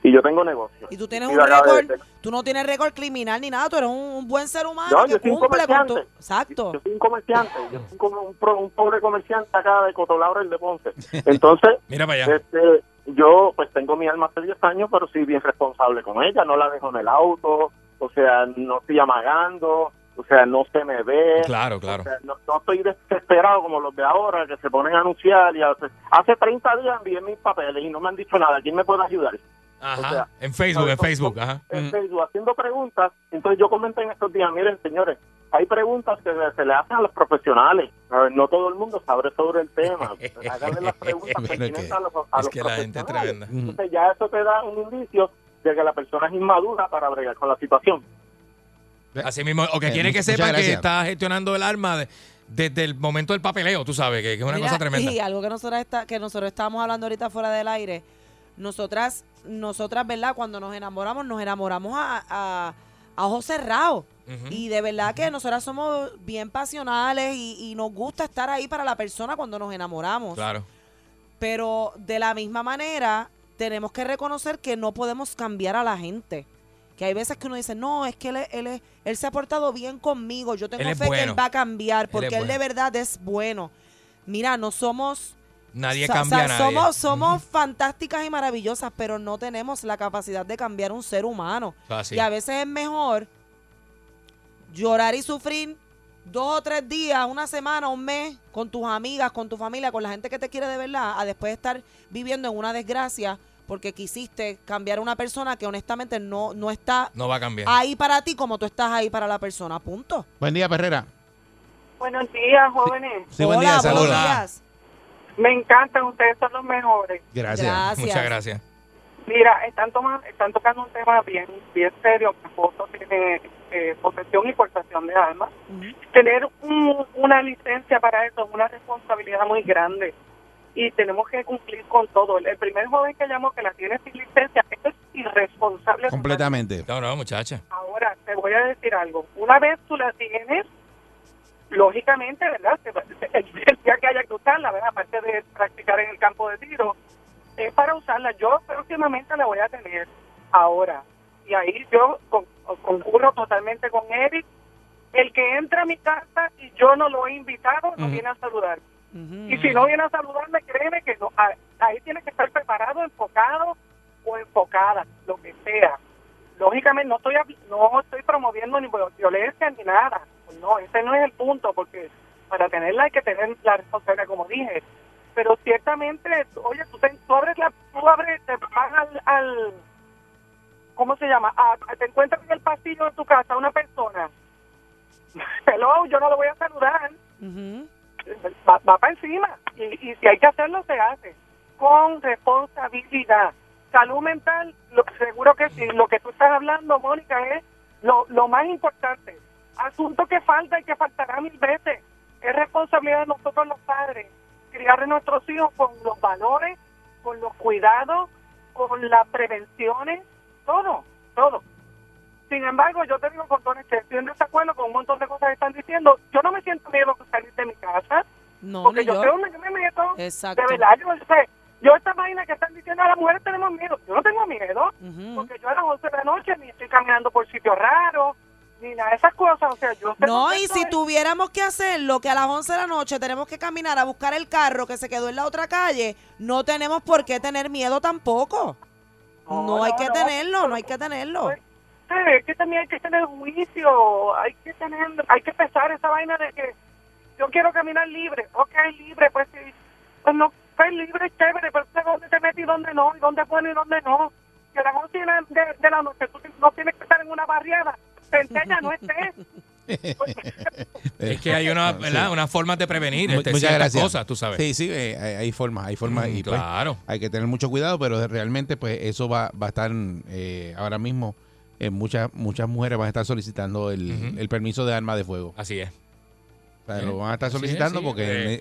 y yo tengo negocio.
Y tú tienes
Y
un
la acabé de
récord,
tener.
tú no tienes récord criminal ni nada, tú eres un, un buen ser humano
No,
Ah, que
yo soy un
cumple con tu...
comerciante.
Exacto.
un comerciante, yo soy como un, pro- un pobre comerciante acá de Cotolaura, el de Ponce. Entonces,
Mira para allá.
este, yo pues tengo mi alma hace 10 años, pero soy bien responsable con ella, no la dejo en el auto, o sea, no estoy amagando, o sea, no se me ve.
Claro, claro.
O sea, no, no estoy desesperado como los de ahora que se ponen a anunciar. Y hace, hace 30 días envié mis papeles y no me han dicho nada. ¿Quién me puede ayudar?
Ajá. en Facebook, en Facebook, ajá.
En
Mm.
Facebook, Este, haciendo preguntas. Entonces yo comenté en estos días, miren señores, hay preguntas que se le hacen a los profesionales. A ver, no todo el mundo sabe sobre el tema. Háganle las preguntas
Bueno,
pertinentes
que-
a los, a
es
los
que la gente es
profesionales.
tremenda. Mm.
Entonces ya eso te da un indicio de que la persona es inmadura para bregar con la situación.
Así mismo, o que
Eh,
quiere que
muchas
sepa que
gracias.
está gestionando el arma de- desde el momento del papeleo, tú sabes, que, que es una
Mira,
cosa tremenda.
Y algo que nosotras está, que nosotros estábamos hablando ahorita fuera del aire, nosotras, nosotras, ¿verdad? Cuando nos enamoramos, nos enamoramos a, a, a ojos cerrados. Y de verdad que nosotras somos bien pasionales y, y nos gusta estar ahí para la persona cuando nos enamoramos.
Claro.
Pero de la misma manera, tenemos que reconocer que no podemos cambiar a la gente. Que hay veces que uno dice, no, es que él, es- él, es- él se ha portado bien conmigo, yo tengo
Él
fe
es
que
bueno.
él va a cambiar, porque él, de
bueno.
verdad es bueno. Mira, no somos...
Nadie
sa-
cambia
sa-
a nadie.
Somos, somos fantásticas y maravillosas, pero no tenemos la capacidad de cambiar un ser humano.
Eso es así.
Y a veces es mejor llorar y sufrir dos o tres días, una semana, un mes, con tus amigas, con tu familia, con la gente que te quiere de verdad, a después estar viviendo en una desgracia porque quisiste cambiar a una persona que honestamente no, no está
No va a cambiar.
ahí para ti como tú estás ahí para la persona, punto.
Buen día, Perrera.
Buenos días, jóvenes.
Sí, buen día, saludos.
Me encantan, ustedes son los mejores.
Gracias.
Muchas gracias.
Mira, están, toman- están tocando un tema bien, bien serio, que justo tiene eh, posesión y portación de armas. Tener un- una licencia para eso es una responsabilidad muy grande y tenemos que cumplir con todo. El primer joven que llamó que la tiene sin licencia eso es irresponsable.
Completamente.
No, no, muchacha.
Ahora, te voy a decir algo. Una vez tú la tienes, lógicamente, ¿verdad? Se va- se- El día que haya que usarla, ¿verdad? Aparte de practicar en el campo de tiro, es para usarla. Yo próximamente la voy a tener ahora. Y ahí yo con- concurro totalmente con Eric. El que entra a mi casa y yo no lo he invitado, no
Ujú.
viene a saludar. Y si no viene a saludarme, créeme que no, a- ahí tienes que estar preparado, enfocado o enfocada, lo que sea. Lógicamente no estoy apl- no estoy promoviendo ni viol- violencia ni nada. No, ese no es el punto, porque para tenerla hay que tener la responsabilidad, como dije. Pero ciertamente, oye, tú, te- tú abres, la, tú abres, te vas al, al- ¿cómo se llama? A- a- te encuentras en el pasillo de tu casa una persona. Hello, yo no lo voy a saludar va, va para encima. Y, y si hay que hacerlo, se hace. Con responsabilidad. salud mental, lo, seguro que sí. Lo que tú estás hablando, Mónica, es lo, lo más importante. Asunto que falta y que faltará mil veces. Es responsabilidad de nosotros los padres criar a nuestros hijos con los valores, con los cuidados, con las prevenciones, todo, todo. Sin embargo, yo te digo con toda honestidad, estoy en desacuerdo con un montón de cosas que están diciendo. Yo no me siento miedo de salir de mi casa.
No,
Porque
ni
yo
yo.
sé dónde yo me meto.
Exacto.
De verdad, yo sé. Yo esta vaina que están diciendo a las mujeres tenemos miedo. Yo no tengo miedo. Porque yo a las 11 de la noche ni estoy caminando por sitios raros, ni nada de esas cosas. O sea, yo sé
No, y
perfecto
si
eso.
tuviéramos que hacer lo que a las 11 de la noche tenemos que caminar a buscar el carro que se quedó en la otra calle, no tenemos por qué tener miedo tampoco. No,
No,
hay
no,
que
no.
tenerlo, no hay que tenerlo.
¿Sabes? Es que también hay que tener juicio, hay que tener, hay que pesar esa vaina de que yo quiero caminar libre, ok, libre, pues sí, pues no, pues libre es chévere, pero sabes dónde te metes y dónde no, y dónde es bueno y dónde no, que a las 11 de, la- de- de la noche tú no tienes que estar en una barriada, centella no estés,
Es que hay una, ¿verdad? una forma de prevenir
Eh, Mu-
este,
muchas
ciertas
gracias.
cosas, tú sabes.
Sí, sí, eh, hay, hay formas, hay formas.
Mm,
y pues,
claro.
hay que tener mucho cuidado, pero realmente, pues, eso va, va a estar eh, ahora mismo. eh, muchas, muchas mujeres van a estar solicitando el,
Ujú.
el permiso de arma de fuego.
Así es.
O sea, lo van a estar
Así es,
solicitando
Eh, sí.
porque.
Eh,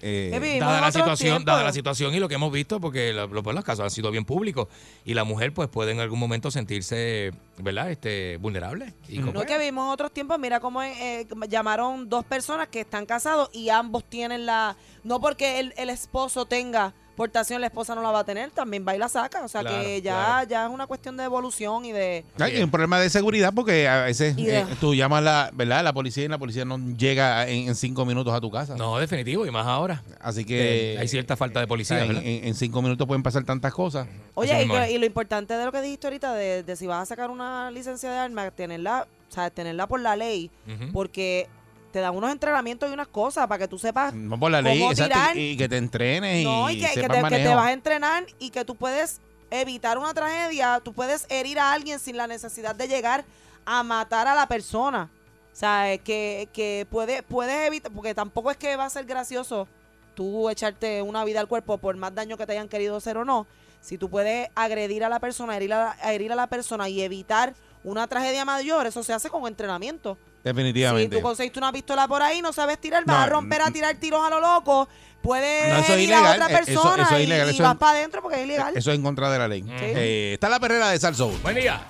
eh,
dada, la situación, dada la situación y lo que hemos visto, porque lo- lo- pues, los casos han sido bien públicos y la mujer pues puede en algún momento sentirse, ¿verdad? Este, vulnerable. Y
Mm.
No
como-
es
pues.
que vimos en otros tiempos, mira cómo eh, llamaron dos personas que están casados y ambos tienen la... No porque el, el esposo tenga portación, la esposa no la va a tener, también va y la saca. O sea
Claro,
que ya,
claro.
ya es una cuestión de evolución y de...
Hay un problema de seguridad porque a veces
Y de-
eh, tú llamas a la, ¿verdad? a la policía y la policía no llega en, en cinco minutos a tu casa.
No, definitivo, y más ahora.
Así que.
Eh, hay cierta falta de policía,
En,
¿verdad?
en- en cinco minutos pueden pasar tantas cosas.
Oye, y, que- y lo importante de lo que dijiste ahorita, de, de si vas a sacar una licencia de armas, tenerla, o sea, tenerla por la ley,
Ujú.
porque te dan unos entrenamientos y unas cosas para que tú sepas
No por la ley,
cómo
exacto,
tirar.
y, y que te entrenes
No,
y,
y que, que te,
sepas
que te
manejo.
vas a entrenar y que tú puedes evitar una tragedia, tú puedes herir a alguien sin la necesidad de llegar a matar a la persona. O sea, eh, que, que puede- puedes evitar, porque tampoco es que va a ser gracioso tú echarte una vida al cuerpo por más daño que te hayan querido hacer o no. Si tú puedes agredir a la persona, herir a la, herir a la persona y evitar una tragedia mayor, eso se hace con entrenamiento. Si
Definitivamente.
tú conseguiste una pistola por ahí, no sabes tirar, vas
No,
a romper a tirar tiros a lo loco, puedes
No, eso es
herir a
ilegal,
otra
eh, eso-
persona
eso es
y-
ilegal,
y,
eso es-
vas para adentro porque es ilegal.
Eso es en contra de la ley. Eh, está la perrera de Salso.
Buen día.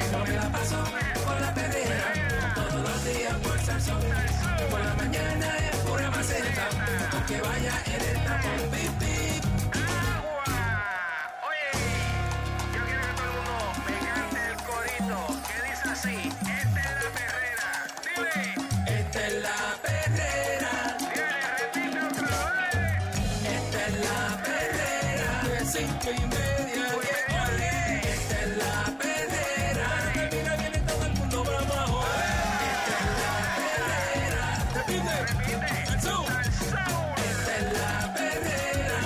Yo me la paso por la perrera, todos los días por salsón. Por la mañana es pura maceta, aunque vaya en el tapón, pip, pip. Esta Este es la perrera. Esta Este es la perrera. De cinco y media. a diez, olé. Esta es la perrera. Ahora mira, viene todo el mundo, vamos a joder. Esta es la perrera. Repite. Al sur. Esta es la perrera.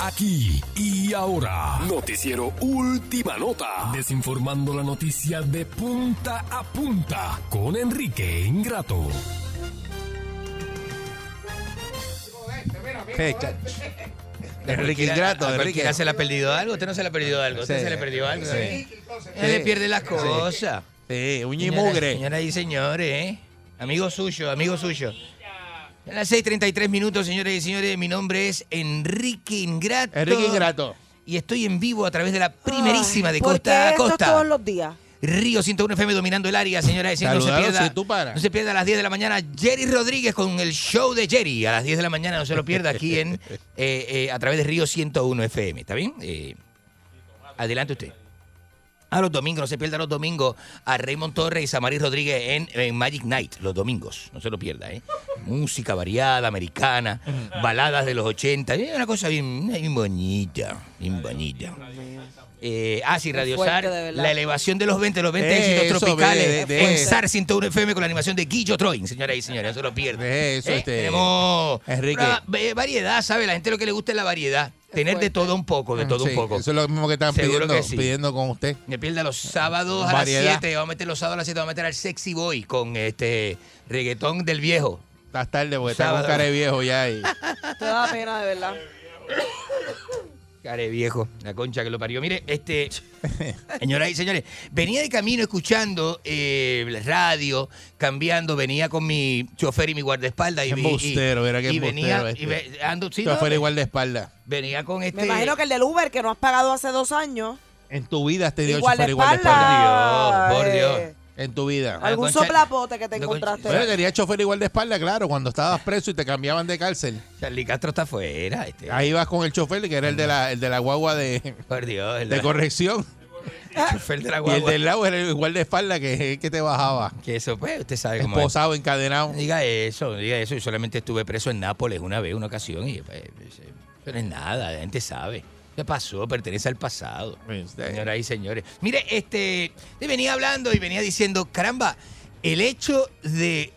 Aquí y ahora, noticiero Última Nota, desinformando la noticia de punta a punta con Enrique Ingrato.
Enrique Ingrato,
A
Enrique.
cualquiera se le ha perdido algo, usted no se le ha perdido algo, usted
Sí.
se le ha perdido algo.
Sí.
¿eh?
Sí.
Usted le pierde las
Sí.
cosas.
Sí, uña y
Señoras-
mugre.
Señoras y señores, ¿eh? Amigo suyo, amigo suyo. A las 6.33 minutos, señores y señores, mi nombre es Enrique Ingrato.
Enrique Ingrato.
Y estoy en vivo a través de la primerísima de
¿Por qué
Costa a
esto
Costa.
todos los días?
Río 101 FM dominando el área, señoras y señores. No se,
Saludaron,
pierda,
sí, tú para.
no se pierda a las 10 de la mañana Jerry Rodríguez con el show de Jerry. A las 10 de la mañana no se lo pierda aquí en eh, eh, a través de Río 101 FM. ¿Está bien? Eh, adelante usted. A los domingos, no se pierda los domingos a Raymond Torres y Samarí Rodríguez en, en Magic Night, los domingos, no se lo pierda, ¿eh? Música variada, americana, baladas de los 80, eh, una cosa bien, bien bonita, bien bonita. Eh, ah, sí,
Qué
Radio
fuerte,
SAR,
de verdad.
la elevación de los 20, los 20
Eh,
éxitos
eso,
tropicales
ve, de- de-
en SAR 101 FM con la animación de Guillo Troin, señoras y señores, no se lo pierda.
Eso,
Eh,
este.
Tenemos
Enrique.
una, eh, variedad, ¿sabe? La gente lo que le gusta es la variedad. tener de todo un poco, de todo
Mm, Sí,
un poco.
Eso es lo mismo que están
Seguro
pidiendo,
que sí.
pidiendo con usted.
Me pierda los sábados a
Variedad.
las 7. Vamos a meter los sábados a las 7. Vamos a meter al Sexy Boy con este reggaetón del viejo.
Estás tarde porque está con cara de viejo ya. Y...
Te da pena, de verdad.
Care viejo, la concha que lo parió. Mire, este, señoras y señores, venía de camino escuchando eh, la radio, cambiando, venía con mi chofer y mi guardaespaldas. Y,
Qué
vi-
embustero,
y,
era que
y venía,
embustero
y
este.
ve- Eh, ando, sí,
Te
no,
fue igual de espalda.
venía con este...
Me imagino que el del Uber que no has pagado hace dos años.
En tu vida has tenido
Igual de
chofer igual de
espalda,
espalda.
Por Dios, por eh. Dios.
En tu vida.
Ah,
Algún soplapote que te encontraste.
Bueno, tenía chofer igual de espalda, claro, cuando estabas preso y te cambiaban de cárcel.
Charlie Castro está afuera. Este.
Ahí vas con el chofer, que era el de la, el de la guagua de,
Por Dios. el
de
la-
corrección.
el chofer de la
Y el
guagua.
del lado era el igual de espalda que, que te bajaba.
Que eso, pues, usted sabe cómo es.
Esposado, encadenado.
Diga eso, diga eso. Yo solamente estuve preso en Nápoles una vez, una ocasión, y pues, eso no es nada, la gente sabe. Ya pasó, pertenece al pasado.
Pues,
Señoras y señores. Mire, este, te venía hablando y venía diciendo, caramba, el hecho de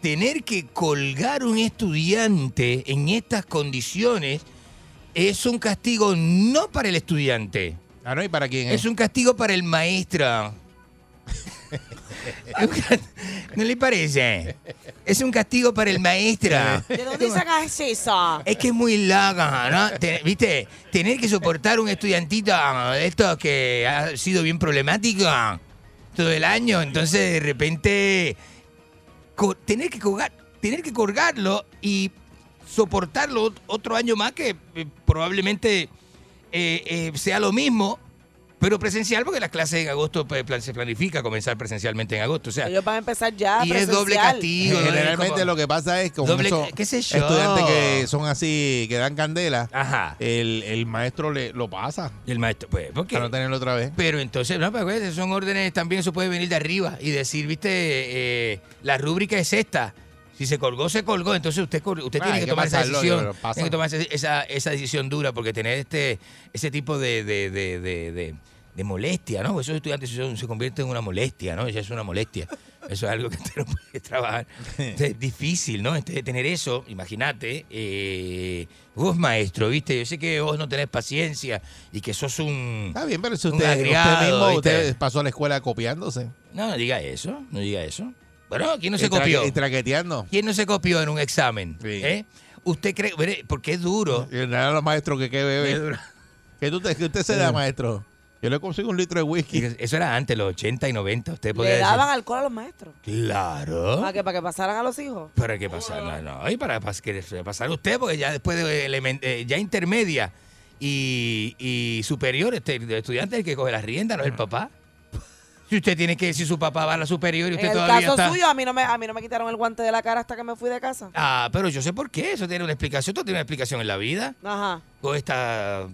tener que colgar un estudiante en estas condiciones es un castigo no para el estudiante.
Ah, no, ¿y para quién
es? un castigo para el maestro. ¿No le parece? Es un castigo para el maestro.
¿De dónde sacas eso?
Es que es muy larga, ¿no? Te- ¿Viste? Tener que soportar un estudiantito de estos que ha sido bien problemático todo el año. Entonces, de repente, co- tener que colgar, tener que colgarlo y soportarlo ot- otro año más que eh, probablemente eh, eh, sea lo mismo, pero presencial, porque las clases en agosto pues, plan- se planifica comenzar presencialmente en agosto. O sea,
Ellos van a empezar ya.
Y es doble
presencial.
castigo. doble
Generalmente
como-
lo que pasa es que con
Doble-
esos
qué sé yo.
estudiantes que son así, que dan candela, El, el maestro le, lo pasa.
Y el maestro, pues, ¿por qué?
Para no tenerlo otra vez.
Pero entonces, no, pero acuérdense, son órdenes también, eso puede venir de arriba y decir, viste, eh, la rúbrica es esta. Si se colgó, se colgó. Entonces usted, col- usted
Ah,
tiene
hay
que
que
tomar esa
pasarlo, pero
decisión.
pasa.
Tiene que tomar esa, esa- esa decisión dura porque tener este ese tipo de, de, de- de- de- de molestia, ¿no? Esos estudiantes son- se convierten en una molestia, ¿no? Ya es una molestia. Eso es algo que usted no puede trabajar. Este, es difícil, ¿no? Este, tener eso, imagínate. eh, vos, maestro, ¿viste? Yo sé que vos no tenés paciencia y que sos un.
Está bien, pero si
un
usted, usted
agriado,
mismo
¿viste?
usted pasó a la escuela copiándose.
No, no diga eso, no diga eso. Bueno, ¿quién no
Y
se
traque-
copió?
Y traqueteando.
¿Quién no se copió en un examen? ¿Eh? ¿Usted cree? mire, Porque es duro.
Y nada, los maestros que qué bebe. Que tú te- que usted se da, maestro? Yo le consigo un litro de whisky.
Eso era antes, los 80 y 90. Usted podía
Le
decir. ¿Oh?
daban alcohol a los maestros.
Claro.
¿Para que, para que pasaran a los hijos.
¿Para qué pasar? No, no. Y para, pas- que se- pasar usted, porque ya después de elemen- eh, ya intermedia y, y superior, este, el estudiante es el que coge las riendas, no es el papá. Si usted tiene que, si su papá va a la superior
En
y usted
el
todavía
caso
está.
suyo, a mí, no me, a mí no me quitaron el guante de la cara hasta que me fui de casa.
Ah, pero yo sé por qué. Eso tiene una explicación. Todo tiene una explicación en la vida.
Ajá.
Todo está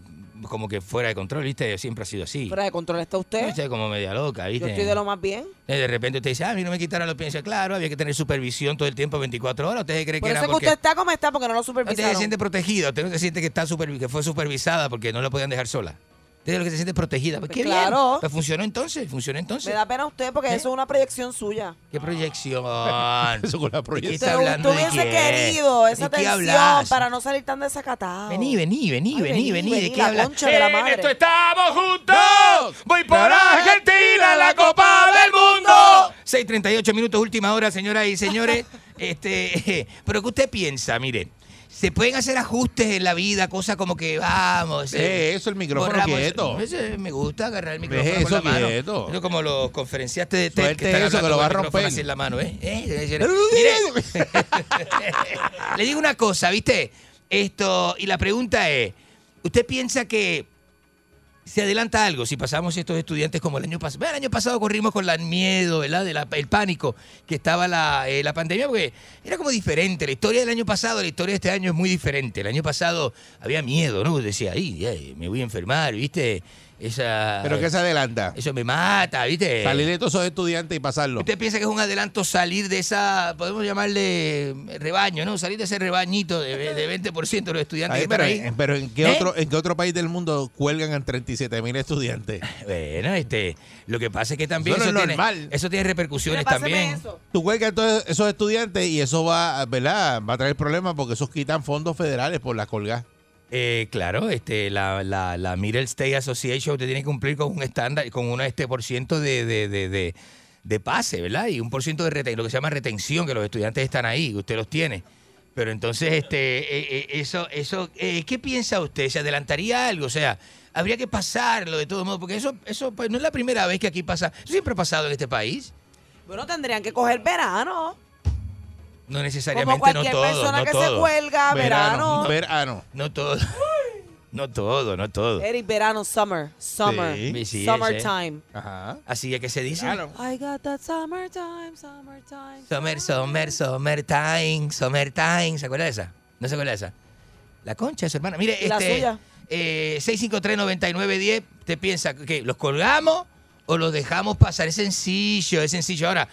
como que fuera de control, ¿viste? Siempre ha sido así.
Fuera de control está usted.
Usted es como media loca, ¿viste?
Yo estoy de lo más bien.
Eh, de repente usted dice, ah, a mí no me quitaron los pies. Claro, había que tener supervisión todo el tiempo, 24 horas. ¿Ustedes creen
Por
que era
eso es que
porque
usted está como está, porque no lo
usted se
supervisaron.
siente protegida? ¿Usted no se siente que, está supervi- que fue supervisada porque no la podían dejar sola? Usted es lo que se siente protegida. Pues,
Pues
qué bien.
claro.
Pues funcionó entonces, funcionó
Me
entonces. ¿Eh?
da pena usted porque eso es una proyección suya.
¿Qué proyección?
Eso con la proyección.
está hablando
Tú
de
hubiese
qué?
querido
¿De
esa
qué
tensión
hablas?
para no salir tan desacatado.
Vení, vení, vení,
Ay,
vení, vení. ¿De qué
la
hablas? Eh,
concha de la
En
madre.
esto estamos juntos. Voy por Argentina, la Copa del Mundo. 6.38 minutos, última hora, señoras y señores. este, pero ¿qué usted piensa? Mire, se pueden hacer ajustes en la vida, cosas como que vamos.
Eh, eso, el micrófono quieto.
eso, me gusta agarrar el micrófono
Deje
con la
eso
mano.
quieto.
Eso como los conferenciantes de TED
Suelte
están
eso, que
hablando
lo va
con
a
el micrófono
romper.
así en la mano, ¿eh? Eh, mire, le digo una cosa, ¿viste? Esto, y la pregunta es, ¿usted piensa que se adelanta algo si pasamos estos estudiantes como el año pasado? El año pasado corrimos con la- el miedo, ¿verdad? De la- el pánico que estaba la, eh, la pandemia, porque era como diferente. La historia del año pasado, la historia de este año es muy diferente. El año pasado había miedo, ¿no? Decía, ay, ay, me voy a enfermar, ¿viste? Esa,
Pero que se adelanta.
Eso me mata, ¿viste?
Salir de todos esos estudiantes y pasarlo.
¿Usted piensa que es un adelanto salir de esa, podemos llamarle rebaño, ¿no? Salir de ese rebañito de, de 20% de los estudiantes
Ay,
que
pero,
están ahí?
pero ¿en, qué
¿Eh?
otro, ¿en qué otro país del mundo cuelgan a 37 mil estudiantes?
Bueno, este, lo que pasa es que también
Eso
eso,
no es
tiene,
normal.
eso tiene repercusiones también.
Tú cuelgas a todos esos estudiantes y eso va, ¿verdad? Va a traer problemas porque esos quitan fondos federales por las colgas.
Eh, claro, este, la, la, la Middle State Association usted tiene que cumplir con un estándar, con un este por ciento de, de, de, de- de pase, ¿verdad? Y un por ciento de reten- lo que se llama retención, que los estudiantes están ahí, usted los tiene. Pero entonces, este, eh, eh, eso, eso, eh, ¿qué piensa usted? ¿Se adelantaría algo? O sea, habría que pasarlo de todo modo, porque eso, eso pues, no es la primera vez que aquí pasa, Eso siempre ha pasado en este país.
Bueno, tendrían que coger verano.
No
Como
necesariamente,
cualquier
no todo.
persona
no
que se
todo.
cuelga, verano.
No, No todo. No todo, no todo.
Eric, verano, summer, summer,
Sí, sí,
summertime.
ese. Así es que se dice.
I got that summertime, summertime.
Summer, summer, summertime, summertime. ¿Se acuerda de esa? ¿No se acuerda de esa? La concha de su hermana. Mire,
¿Y la
este,
suya?
eh, 653-9910, ¿te piensa que los colgamos o los dejamos pasar? Es sencillo, es sencillo. Ahora,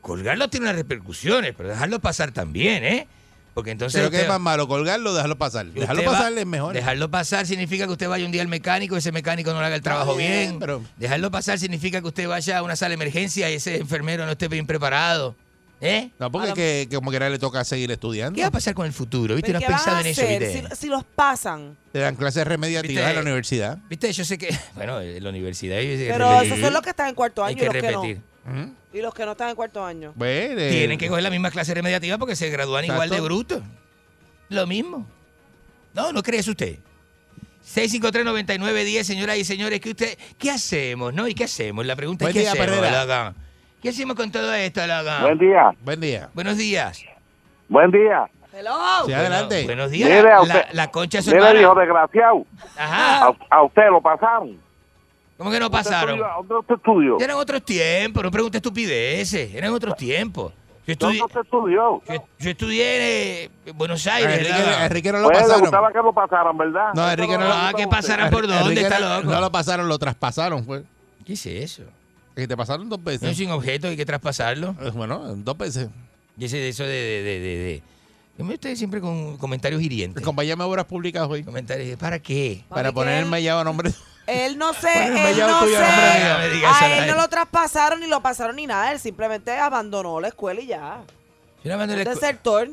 colgarlo tiene unas repercusiones, pero dejarlo pasar también, ¿eh? Porque entonces.
Creo
este-
que
usted-
es más malo colgarlo, dejarlo pasar. Dejarlo
Usted va-
pasar es mejor.
Dejarlo pasar significa que usted vaya un día al mecánico y ese mecánico no le haga el trabajo
bien,
bien.
pero-
Dejarlo pasar significa que usted vaya a una sala de emergencia y ese enfermero no esté bien preparado. ¿Eh?
No,
A
porque
la-
que, que como quiera le toca seguir estudiando. ¿Qué va a
pasar con el futuro?
¿Viste?
¿Pero
No has
qué van
pensado
a
en eso,
hacer
¿viste?
si, si los pasan?
Te dan clases remediativas
¿Viste?
en la universidad.
Viste, yo sé que. Bueno, en la universidad. hay que
Pero
repetir.
esos son los que están en cuarto
Hay
año
que
y los que no.
repetir. ¿Mm? Ujú.
Y los que no están en cuarto año.
Bueno, eh,
Tienen que coger la misma clase remediativa porque se gradúan igual de
Exacto.
bruto. Lo mismo. No, no crees usted. 653-9910, señoras y señores, que usted, ¿qué hacemos, no? ¿Y qué hacemos? La pregunta
Buen
es, ¿qué
día,
hacemos,
Perrera.
Logan? ¿Qué hacemos con todo esto, Logan?
Buen
día.
Buen día.
Buenos días.
Buen día.
Hello.
Sí, adelante.
Buenos días.
Mire, a usted,
la, la concha es su
mire,
hermana.
hijo desgraciado. A, a usted lo pasaron.
¿Cómo que no
Usted
pasaron?
estudió- ¿Dónde usted estudió?
Eran otros tiempos, no pregunte estupideces. Eran otros tiempos. Yo estudié,
estudió?
Yo, yo estudié eh, en Buenos Aires.
Enrique-
Logan.
Enrique no lo
Pues le
pasaron.
gustaba que lo pasaran, ¿verdad?
No, Enrique no lo
Ah, que pasaran por
Enrique
dónde, está
no-
loco.
No lo pasaron, lo traspasaron, pues.
¿Qué es eso?
Que te pasaron dos
No
veces.
es sin objeto, hay que traspasarlo.
Eh, Bueno, dos veces.
Y ese, eso de... de, de, de, de- Yo me estoy siempre con comentarios hirientes.
Acompáñame a obras públicas hoy.
Comentarios, ¿para qué?
Para poner el mellado a nombre.
Él no sé,
Bueno, me
él
llamo
no
tuyo,
sé.
hombre, no me digas
A
eso,
él no
Ray.
lo traspasaron ni lo pasaron ni nada. Él simplemente abandonó la escuela y ya.
Yo no mando la escu-
Desertor.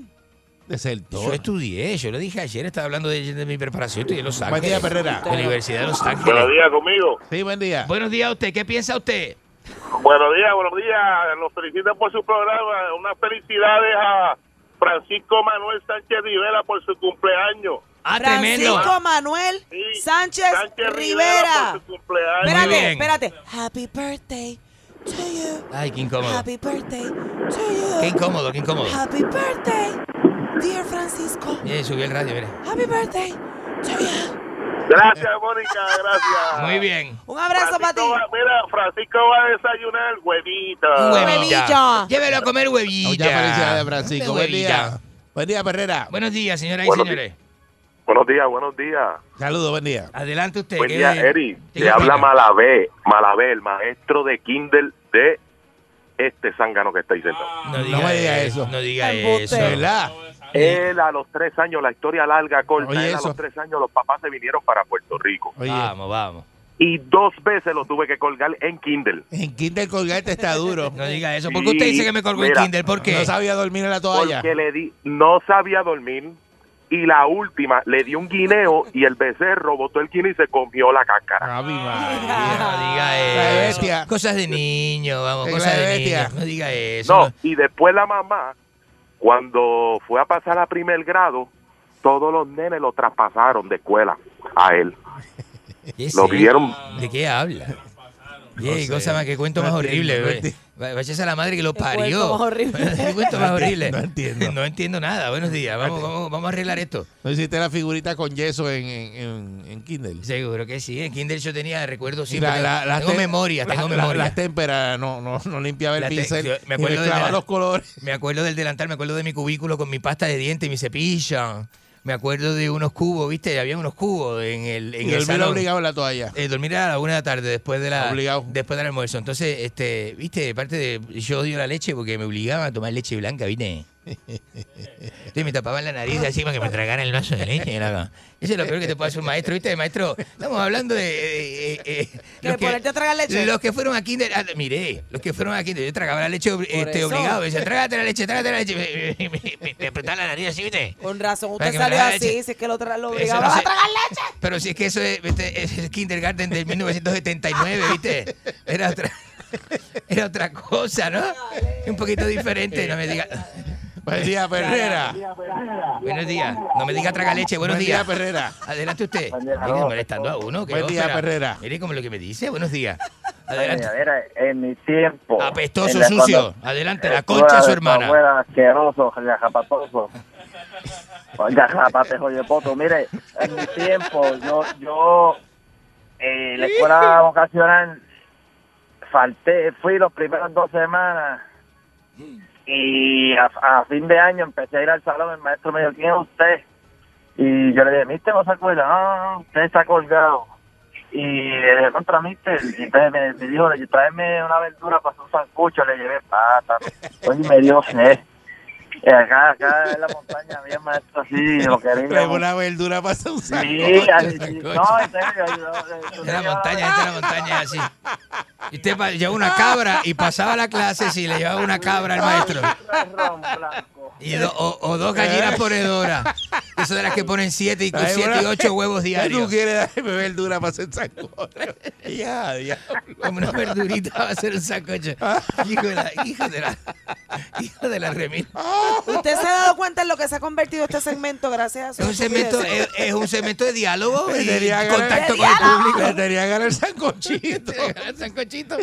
Yo estudié, yo lo dije ayer, estaba hablando de, de mi preparación, estudié en Los Ángeles.
Buen día, Perrera.
Universidad de Los Ángeles.
Buenos días,
conmigo.
Sí, buen día.
Buenos días a usted, ¿qué piensa usted?
Buenos días, buenos días. Los felicito por su programa. Unas felicidades a Francisco Manuel Sánchez Rivera por su cumpleaños.
Ah,
Francisco Manuel Sánchez, Rivera.
Muy
Espérate,
bien.
espérate. Happy birthday to you.
Ay, qué incómodo.
Happy birthday to you.
Qué incómodo, qué incómodo.
Happy birthday, dear Francisco.
Mire, subió el radio, mire.
Happy birthday to you.
Gracias, Mónica,
Ah.
gracias.
Muy bien.
Un abrazo para ti.
Mira, Francisco va a desayunar huevito.
Ah.
Huevilla. Llévelo a comer huevilla.
Muchas felicidades, Francisco. Buen
Huevilla.
día. Buen día, Perrera.
Buenos días, señoras y
Buenos
señores.
Buenos días, buenos días.
Saludos, buen día.
Adelante usted.
Buen
¿qué-
día, Eri.
qué
Le habla
opina?
Malabé, Malabé, el maestro de Kindle de este zángano que está ahí sentado.
No diga,
me diga
eso. No diga
Embuste.
eso.
¿Verdad? Él a los tres años, la historia larga, corta,
Oye,
él a
eso.
los tres años los papás se vinieron para Puerto Rico.
Vamos, vamos.
Y dos veces lo tuve que colgar en Kindle.
En Kindle colgarte está duro.
No diga eso.
¿Por qué usted Sí, dice que me colgó en mira. Kindle? ¿Por qué?
No sabía dormir en la toalla.
Porque le di, no sabía dormir. Y la última, le di un guineo y el becerro botó el guineo y se comió la cáscara.
Ah,
No diga eso. Cosas de niño, vamos,
Es
cosas
la
de
bestia.
niño. No diga eso.
No, y después la mamá, cuando fue a pasar a primer grado, todos los nenes lo traspasaron de escuela a él.
¿Qué es
Lo
eso?
vieron.
¿De qué habla?
No
Yey,
sé.
cosa más, que cuento
No
más
entiendo,
horrible,
no
bebé.
entiendo.
Va- Váyase a la madre que lo parió.
cuento más horrible.
Qué cuento más
No enti-
horrible.
no entiendo.
No entiendo nada. Buenos días. Vamos, vamos, vamos a arreglar esto.
No hiciste la figurita con yeso en, en, en- en Kindle.
Seguro que sí. En Kindle yo tenía recuerdos
Y
siempre.
la- la- las
tengo
tem-
memoria,
la-
tengo
la-
memoria.
las témperas no, no, no limpiaba el
La te-
pincel.
yo-
y
me acuerdo de
mezclaba
la-
los colores.
Me acuerdo del delantal, me acuerdo de mi cubículo con mi pasta de dientes y mi cepilla. Me acuerdo de unos cubos, ¿viste? Había unos cubos en el en
y
el
él me lo
salón.
obligaba en la toalla.
Eh, dormir a la una de la tarde después de la
Obligado.
después del almuerzo. Entonces, este, viste, parte de yo odio la leche porque me obligaban a tomar leche blanca, ¿viste? Sí, me tapaban la nariz así para que me tragaran el vaso de leche. Era como, Eso es lo peor que te puede hacer un maestro, ¿viste? Maestro, estamos hablando de... eh, eh, eh,
De
los que-
ponerte a tragar leche.
Los que fueron aquí, mire, los que fueron aquí, yo tragaba la leche ob- este,
eso.
obligado. Me decía, trágate la leche, trágate la leche. Me, me- me- me- me apretaba la nariz así, ¿viste?
Con razón,
Para
usted
que me
salió
traga
así,
leche.
si es que lo, tra- lo
Eso
obligaba
no
a
sé.
tragar leche.
Pero si es que eso es, ¿viste? es el kindergarten del 1979, ¿viste? Era otra, era otra cosa, ¿no? Un poquito diferente, no me digas.
Buen día, Perrera.
Buenos días. No me diga traga leche. Buenos
Buen día,
días.
Perrera.
Adelante usted. Mire,
saludos.
molestando a uno. qué
Buen día,
ópera.
Perrera.
Mire como lo que me dice. Buenos días. Adelante.
Mira, mira, en mi tiempo.
Apestoso,
en la-
sucio.
cuando-
Adelante, la
eh,
concha de su
tu
hermana.
abuela asqueroso, gajapatoso. Pues Gajapate, joyepoto. Mire, en mi tiempo, yo, yo, eh, la escuela vocacional, falté, fui los primeros dos semanas y a, a fin de año empecé a ir al salón. El maestro me dijo, ¿quién es usted? Y yo le dije, mister, no se acuerda. No, no, no, usted está colgado. Y le dije, contra mister. Y entonces me, me dijo, tráeme una verdura para hacer un sancocho. Le llevé pata. Oye, me dio sed. Y Eh,
"Eh,
acá, acá en la montaña había maestro así, lo quería.
Traemos una verdura para hacer un
Sí, así, sí.
sancocho.
no, en serio. yo-
De la montaña, gente de la montaña así. Y usted pa- llevaba una cabra y pasaba la clase si le llevaba una cabra al maestro. Y do- o, o dos gallinas ponedoras. Eso de las que ponen siete y,
Traemos
siete y
una-
ocho huevos
¿Qué tú
diarios.
quieres darme verdura para hacer sancocho? ya, diablo.
Como una verdurita va a ser un sacocho. Hijo de la, hijo de la, hijo de la remil.
Ah.
Oh.
Usted se ha dado cuenta en lo que se ha convertido este segmento gracias a
Es un cemento, Este es, es un cemento de diálogo y
Tenía ganas-
contacto
de
con el
diálogo.
público.
Le tenía ganas el sancochito.
el sancochito.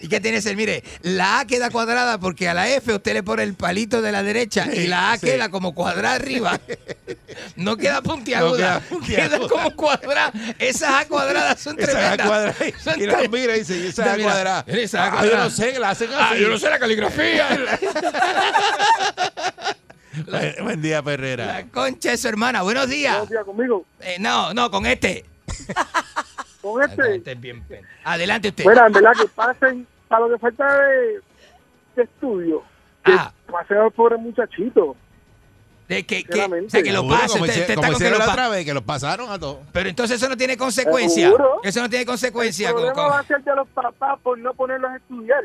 ¿Y qué tiene ser? Mire, la A queda cuadrada porque a la F usted le pone el palito de la derecha y la A
sí.
queda como cuadrada arriba. No queda
No queda
puntiaguda, queda,
puntiaguda.
como cuadrada. Esas A cuadradas son
Esas A
tremendas.
cuadradas.
Son
Y las
tre-
mira y dice, ¿y esas
Mira,
A
mira,
cuadradas?
esas A
Ah, yo
cuadradas.
no sé, las hacen
Ah,
así.
yo no sé la caligrafía.
Buen- Buen día, Perrera.
La concha de su hermana. Buenos días. Buenos días conmigo. no, no, con este.
Con este,
Este es bien pen- Adelante usted.
Mira, en verdad que pasen para lo que falta de, de estudio. Que
Ah.
pasen al pobre muchachito.
De que, que,
Sinceramente.
o sea, que lo
Seguro,
pase.
como
usted-
hice-
usted está
como
con que
hicieron
lo
la
pa-
otra vez, que los pasaron a todos.
Pero entonces eso no tiene consecuencia.
Seguro.
Eso no tiene consecuencia.
El
con-
problema
con-
va a ser de los papás por no ponerlos a estudiar.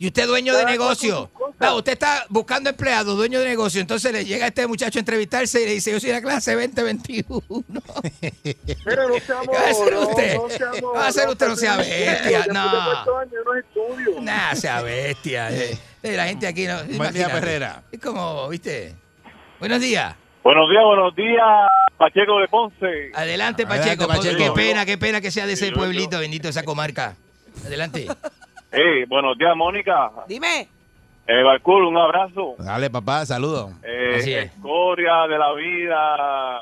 Y usted es dueño de
Cada cual con
negocio.
sus cosas.
No, usted está buscando empleados, dueño de negocio. Entonces le llega este muchacho a entrevistarse y le dice, yo soy de la clase 2021.
Pero no seamos...
¿Qué va a hacer
no,
usted?
no seamos-
¿Qué va a hacer usted? No sea bestia.
Después de
No.
cuatro años, no es estudio.
Nah, sea bestia. eh. Eh, La gente aquí no.
Buen día,
pues,
imagínate.
Perrera.
Es como, ¿viste? Este Buenos días.
Buenos días, buenos días, Pacheco de Ponce.
Adelante, Pacheco. Qué pena, qué pena que sea de ese pueblito, bendito esa comarca. Adelante.
Eh, buenos días, Mónica.
Dime.
Eh, Barcul, un abrazo.
Dale, papá, saludos.
Eh,
Así es.
Escoria de la vida.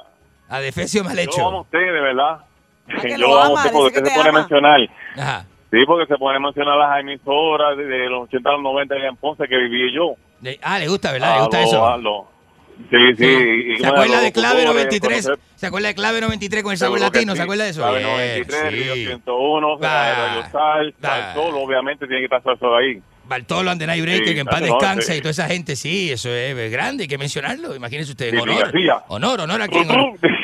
A defecio mal hecho.
Yo amo a usted, de verdad.
que
Yo
lo
amo
ama,
a usted
dice
porque
que
usted se
te
pone
ama.
a mencionar.
Ajá.
Sí, porque se pone a mencionar las emisoras de, de los 80 a los 90 allá en Ponce que viví yo.
Le- Ah, le gusta, ¿verdad? Le gusta
A lo-
eso.
a lo- Sí, sí. y- y
¿Se
bueno,
acuerda
los
de clave
locutores,
93?
conocer-
¿Se acuerda de clave 93 con el sabor
Seguro que
latino?
sí.
¿Se acuerda de eso?
Sabe
Bien,
93, Río
sí.
101,
Bah,
Radio Sal, Bartolo, obviamente tiene que estar Salsolo ahí.
Bartolo and the Night Breaker,
Sí,
que en paz
claro, no,
descanse
sí.
y toda esa gente, sí, eso es grande, hay que mencionarlo, imagínense ustedes.
Vitín
honor,
García.
honor, honor a quien.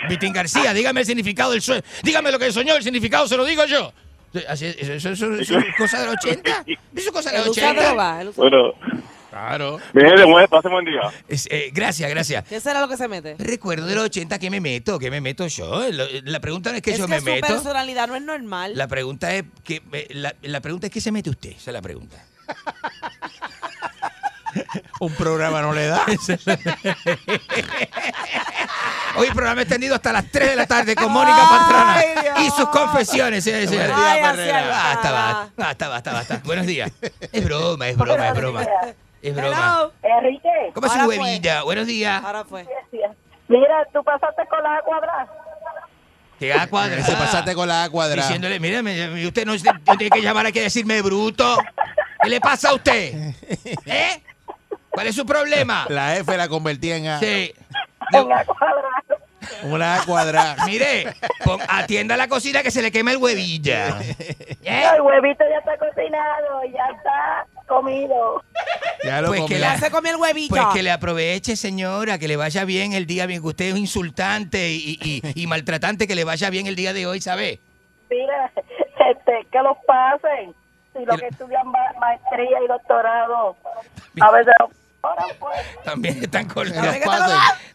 Vitín García, dígame el significado del sueño, dígame lo que soñó, el significado se lo digo yo. Así es, eso, eso- eso es cosa de los 80, eso es cosa de los
Él usa
80.
droga, él usa-
Bueno,
Claro.
mire, bueno, pase buen día.
Es- eh, gracias, gracias.
¿Qué será lo que se mete?
Recuerdo de los 80 que me meto, que me meto yo. Lo- La pregunta no es que
es
yo
que
me
su
meto.
personalidad no es normal.
La pregunta es que eh, la, la pregunta es qué se mete usted, esa es la pregunta.
Un programa no le da.
Hoy programa extendido hasta las 3 de la tarde con Mónica Pastrana y sus confesiones, señores y señores.
Vaya hacia el
Basta, basta, basta, basta, basta. Buenos días. Es broma, es broma, es broma. Es broma.
Hello. Enrique.
¿Cómo es su huevilla? Buenos días.
Ahora fue.
Mira, tú pasaste con la cuadra.
Que A cuadrada.
Se pasaste con la A cuadrada.
Diciéndole, mire, me- usted no usted tiene que llamar aquí a decirme bruto. ¿Qué le pasa a usted? ¿Eh? ¿Cuál es su problema?
La F la convertí en A.
Sí.
Una A cuadrada.
Ah, Mire, pon- atienda la cocina que se le quema el huevilla.
El huevito ya está cocinado, ya está comido.
Ya Ya lo
Pues
comí.
que
Ya
la-
se comió el huevito.
Pues que le aproveche, señora, que le vaya bien el día, bien que usted es insultante y, y- y maltratante, que le vaya bien el día de hoy, ¿sabe?
Mira, este, que los pasen. Si los que estudian ma- maestría y doctorado, a veces los paran, pues.
También están colgados.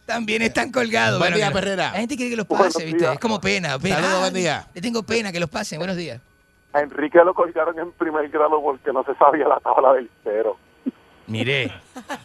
También están colgados.
Buen
Bueno,
día,
que no-
Perrera.
La gente quiere que los
Buenos
pase, ¿viste?
días.
Es como pena. pena.
Saludos, buen
Ay,
día.
Le tengo pena que los pasen. Buenos días.
A Enrique lo colgaron en primer grado porque no se sabía la tabla del cero.
Mire.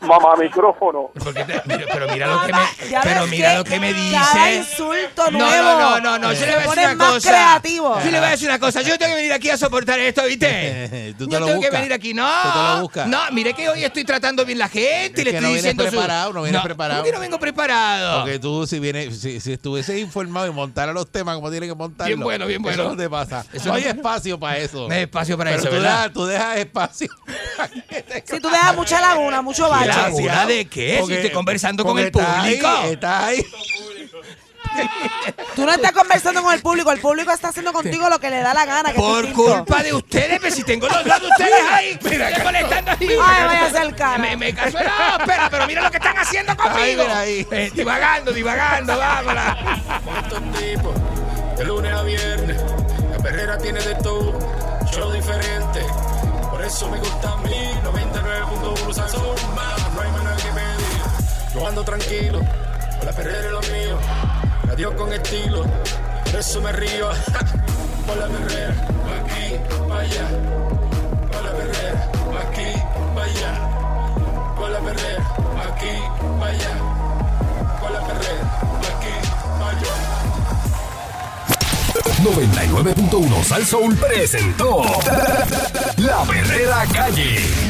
Mamá, micrófono.
Pero mira lo
Ah,
que me, pero mira lo que me
Cada
dice.
insulto
No,
nuevo.
no, no, no, no. Yo
Te
le voy a
pones
decir una
más
cosa.
creativo.
Yo le voy a decir una cosa. Yo tengo que venir aquí a soportar esto, ¿viste?
Tú te
yo
lo
tengo que
buscas.
venir aquí.
Tú te lo
No,
buscas.
no. Mire que hoy estoy tratando bien la gente y
Es
le
que
estoy
no vienes
diciendo su-
preparado, no vienes preparado.
¿Por qué no vengo preparado?
Porque tú, si vienes, si, si estuviese informado y montara los temas como tiene que montarlos.
Bien bueno, bien bueno.
Eso no te pasa.
Eso
no hay
no-
espacio para eso.
No hay espacio para
Pero
eso,
tú
¿verdad?
Dejas, tú dejas espacio.
Si tú dejas mucha laguna, mucho bache.
¿Laguna de qué? Si estoy conversando con
porque
el
estás ahí,
público.
estás ahí.
Tú no estás conversando con el público, el público está haciendo contigo lo que le da la gana. que es
Por
distinto.
culpa de ustedes, pero si tengo los dos de ustedes ahí, me estoy molestando ahí.
Ay, vaya a ser cara.
Me, me caso. No, espera, pero mira lo que están haciendo conmigo. Eh, divagando, divagando, vámonos.
Estos tipos, de lunes a viernes, la perrera tiene de todo, show diferente. Por eso me gusta a mí, 99.1 Salsón, más, no hay manera que pedir. Yo ando tranquilo, con la perrera es lo mío, adiós con estilo, por eso me río. Por la perrera, pa' aquí, pa' allá. Por la perrera, pa' aquí, pa' allá. Por la perrera, pa' aquí, pa' allá. Por la perrera, pa' aquí, pa' allá.
99.1 Sal Soul presentó La Verdadera Calle.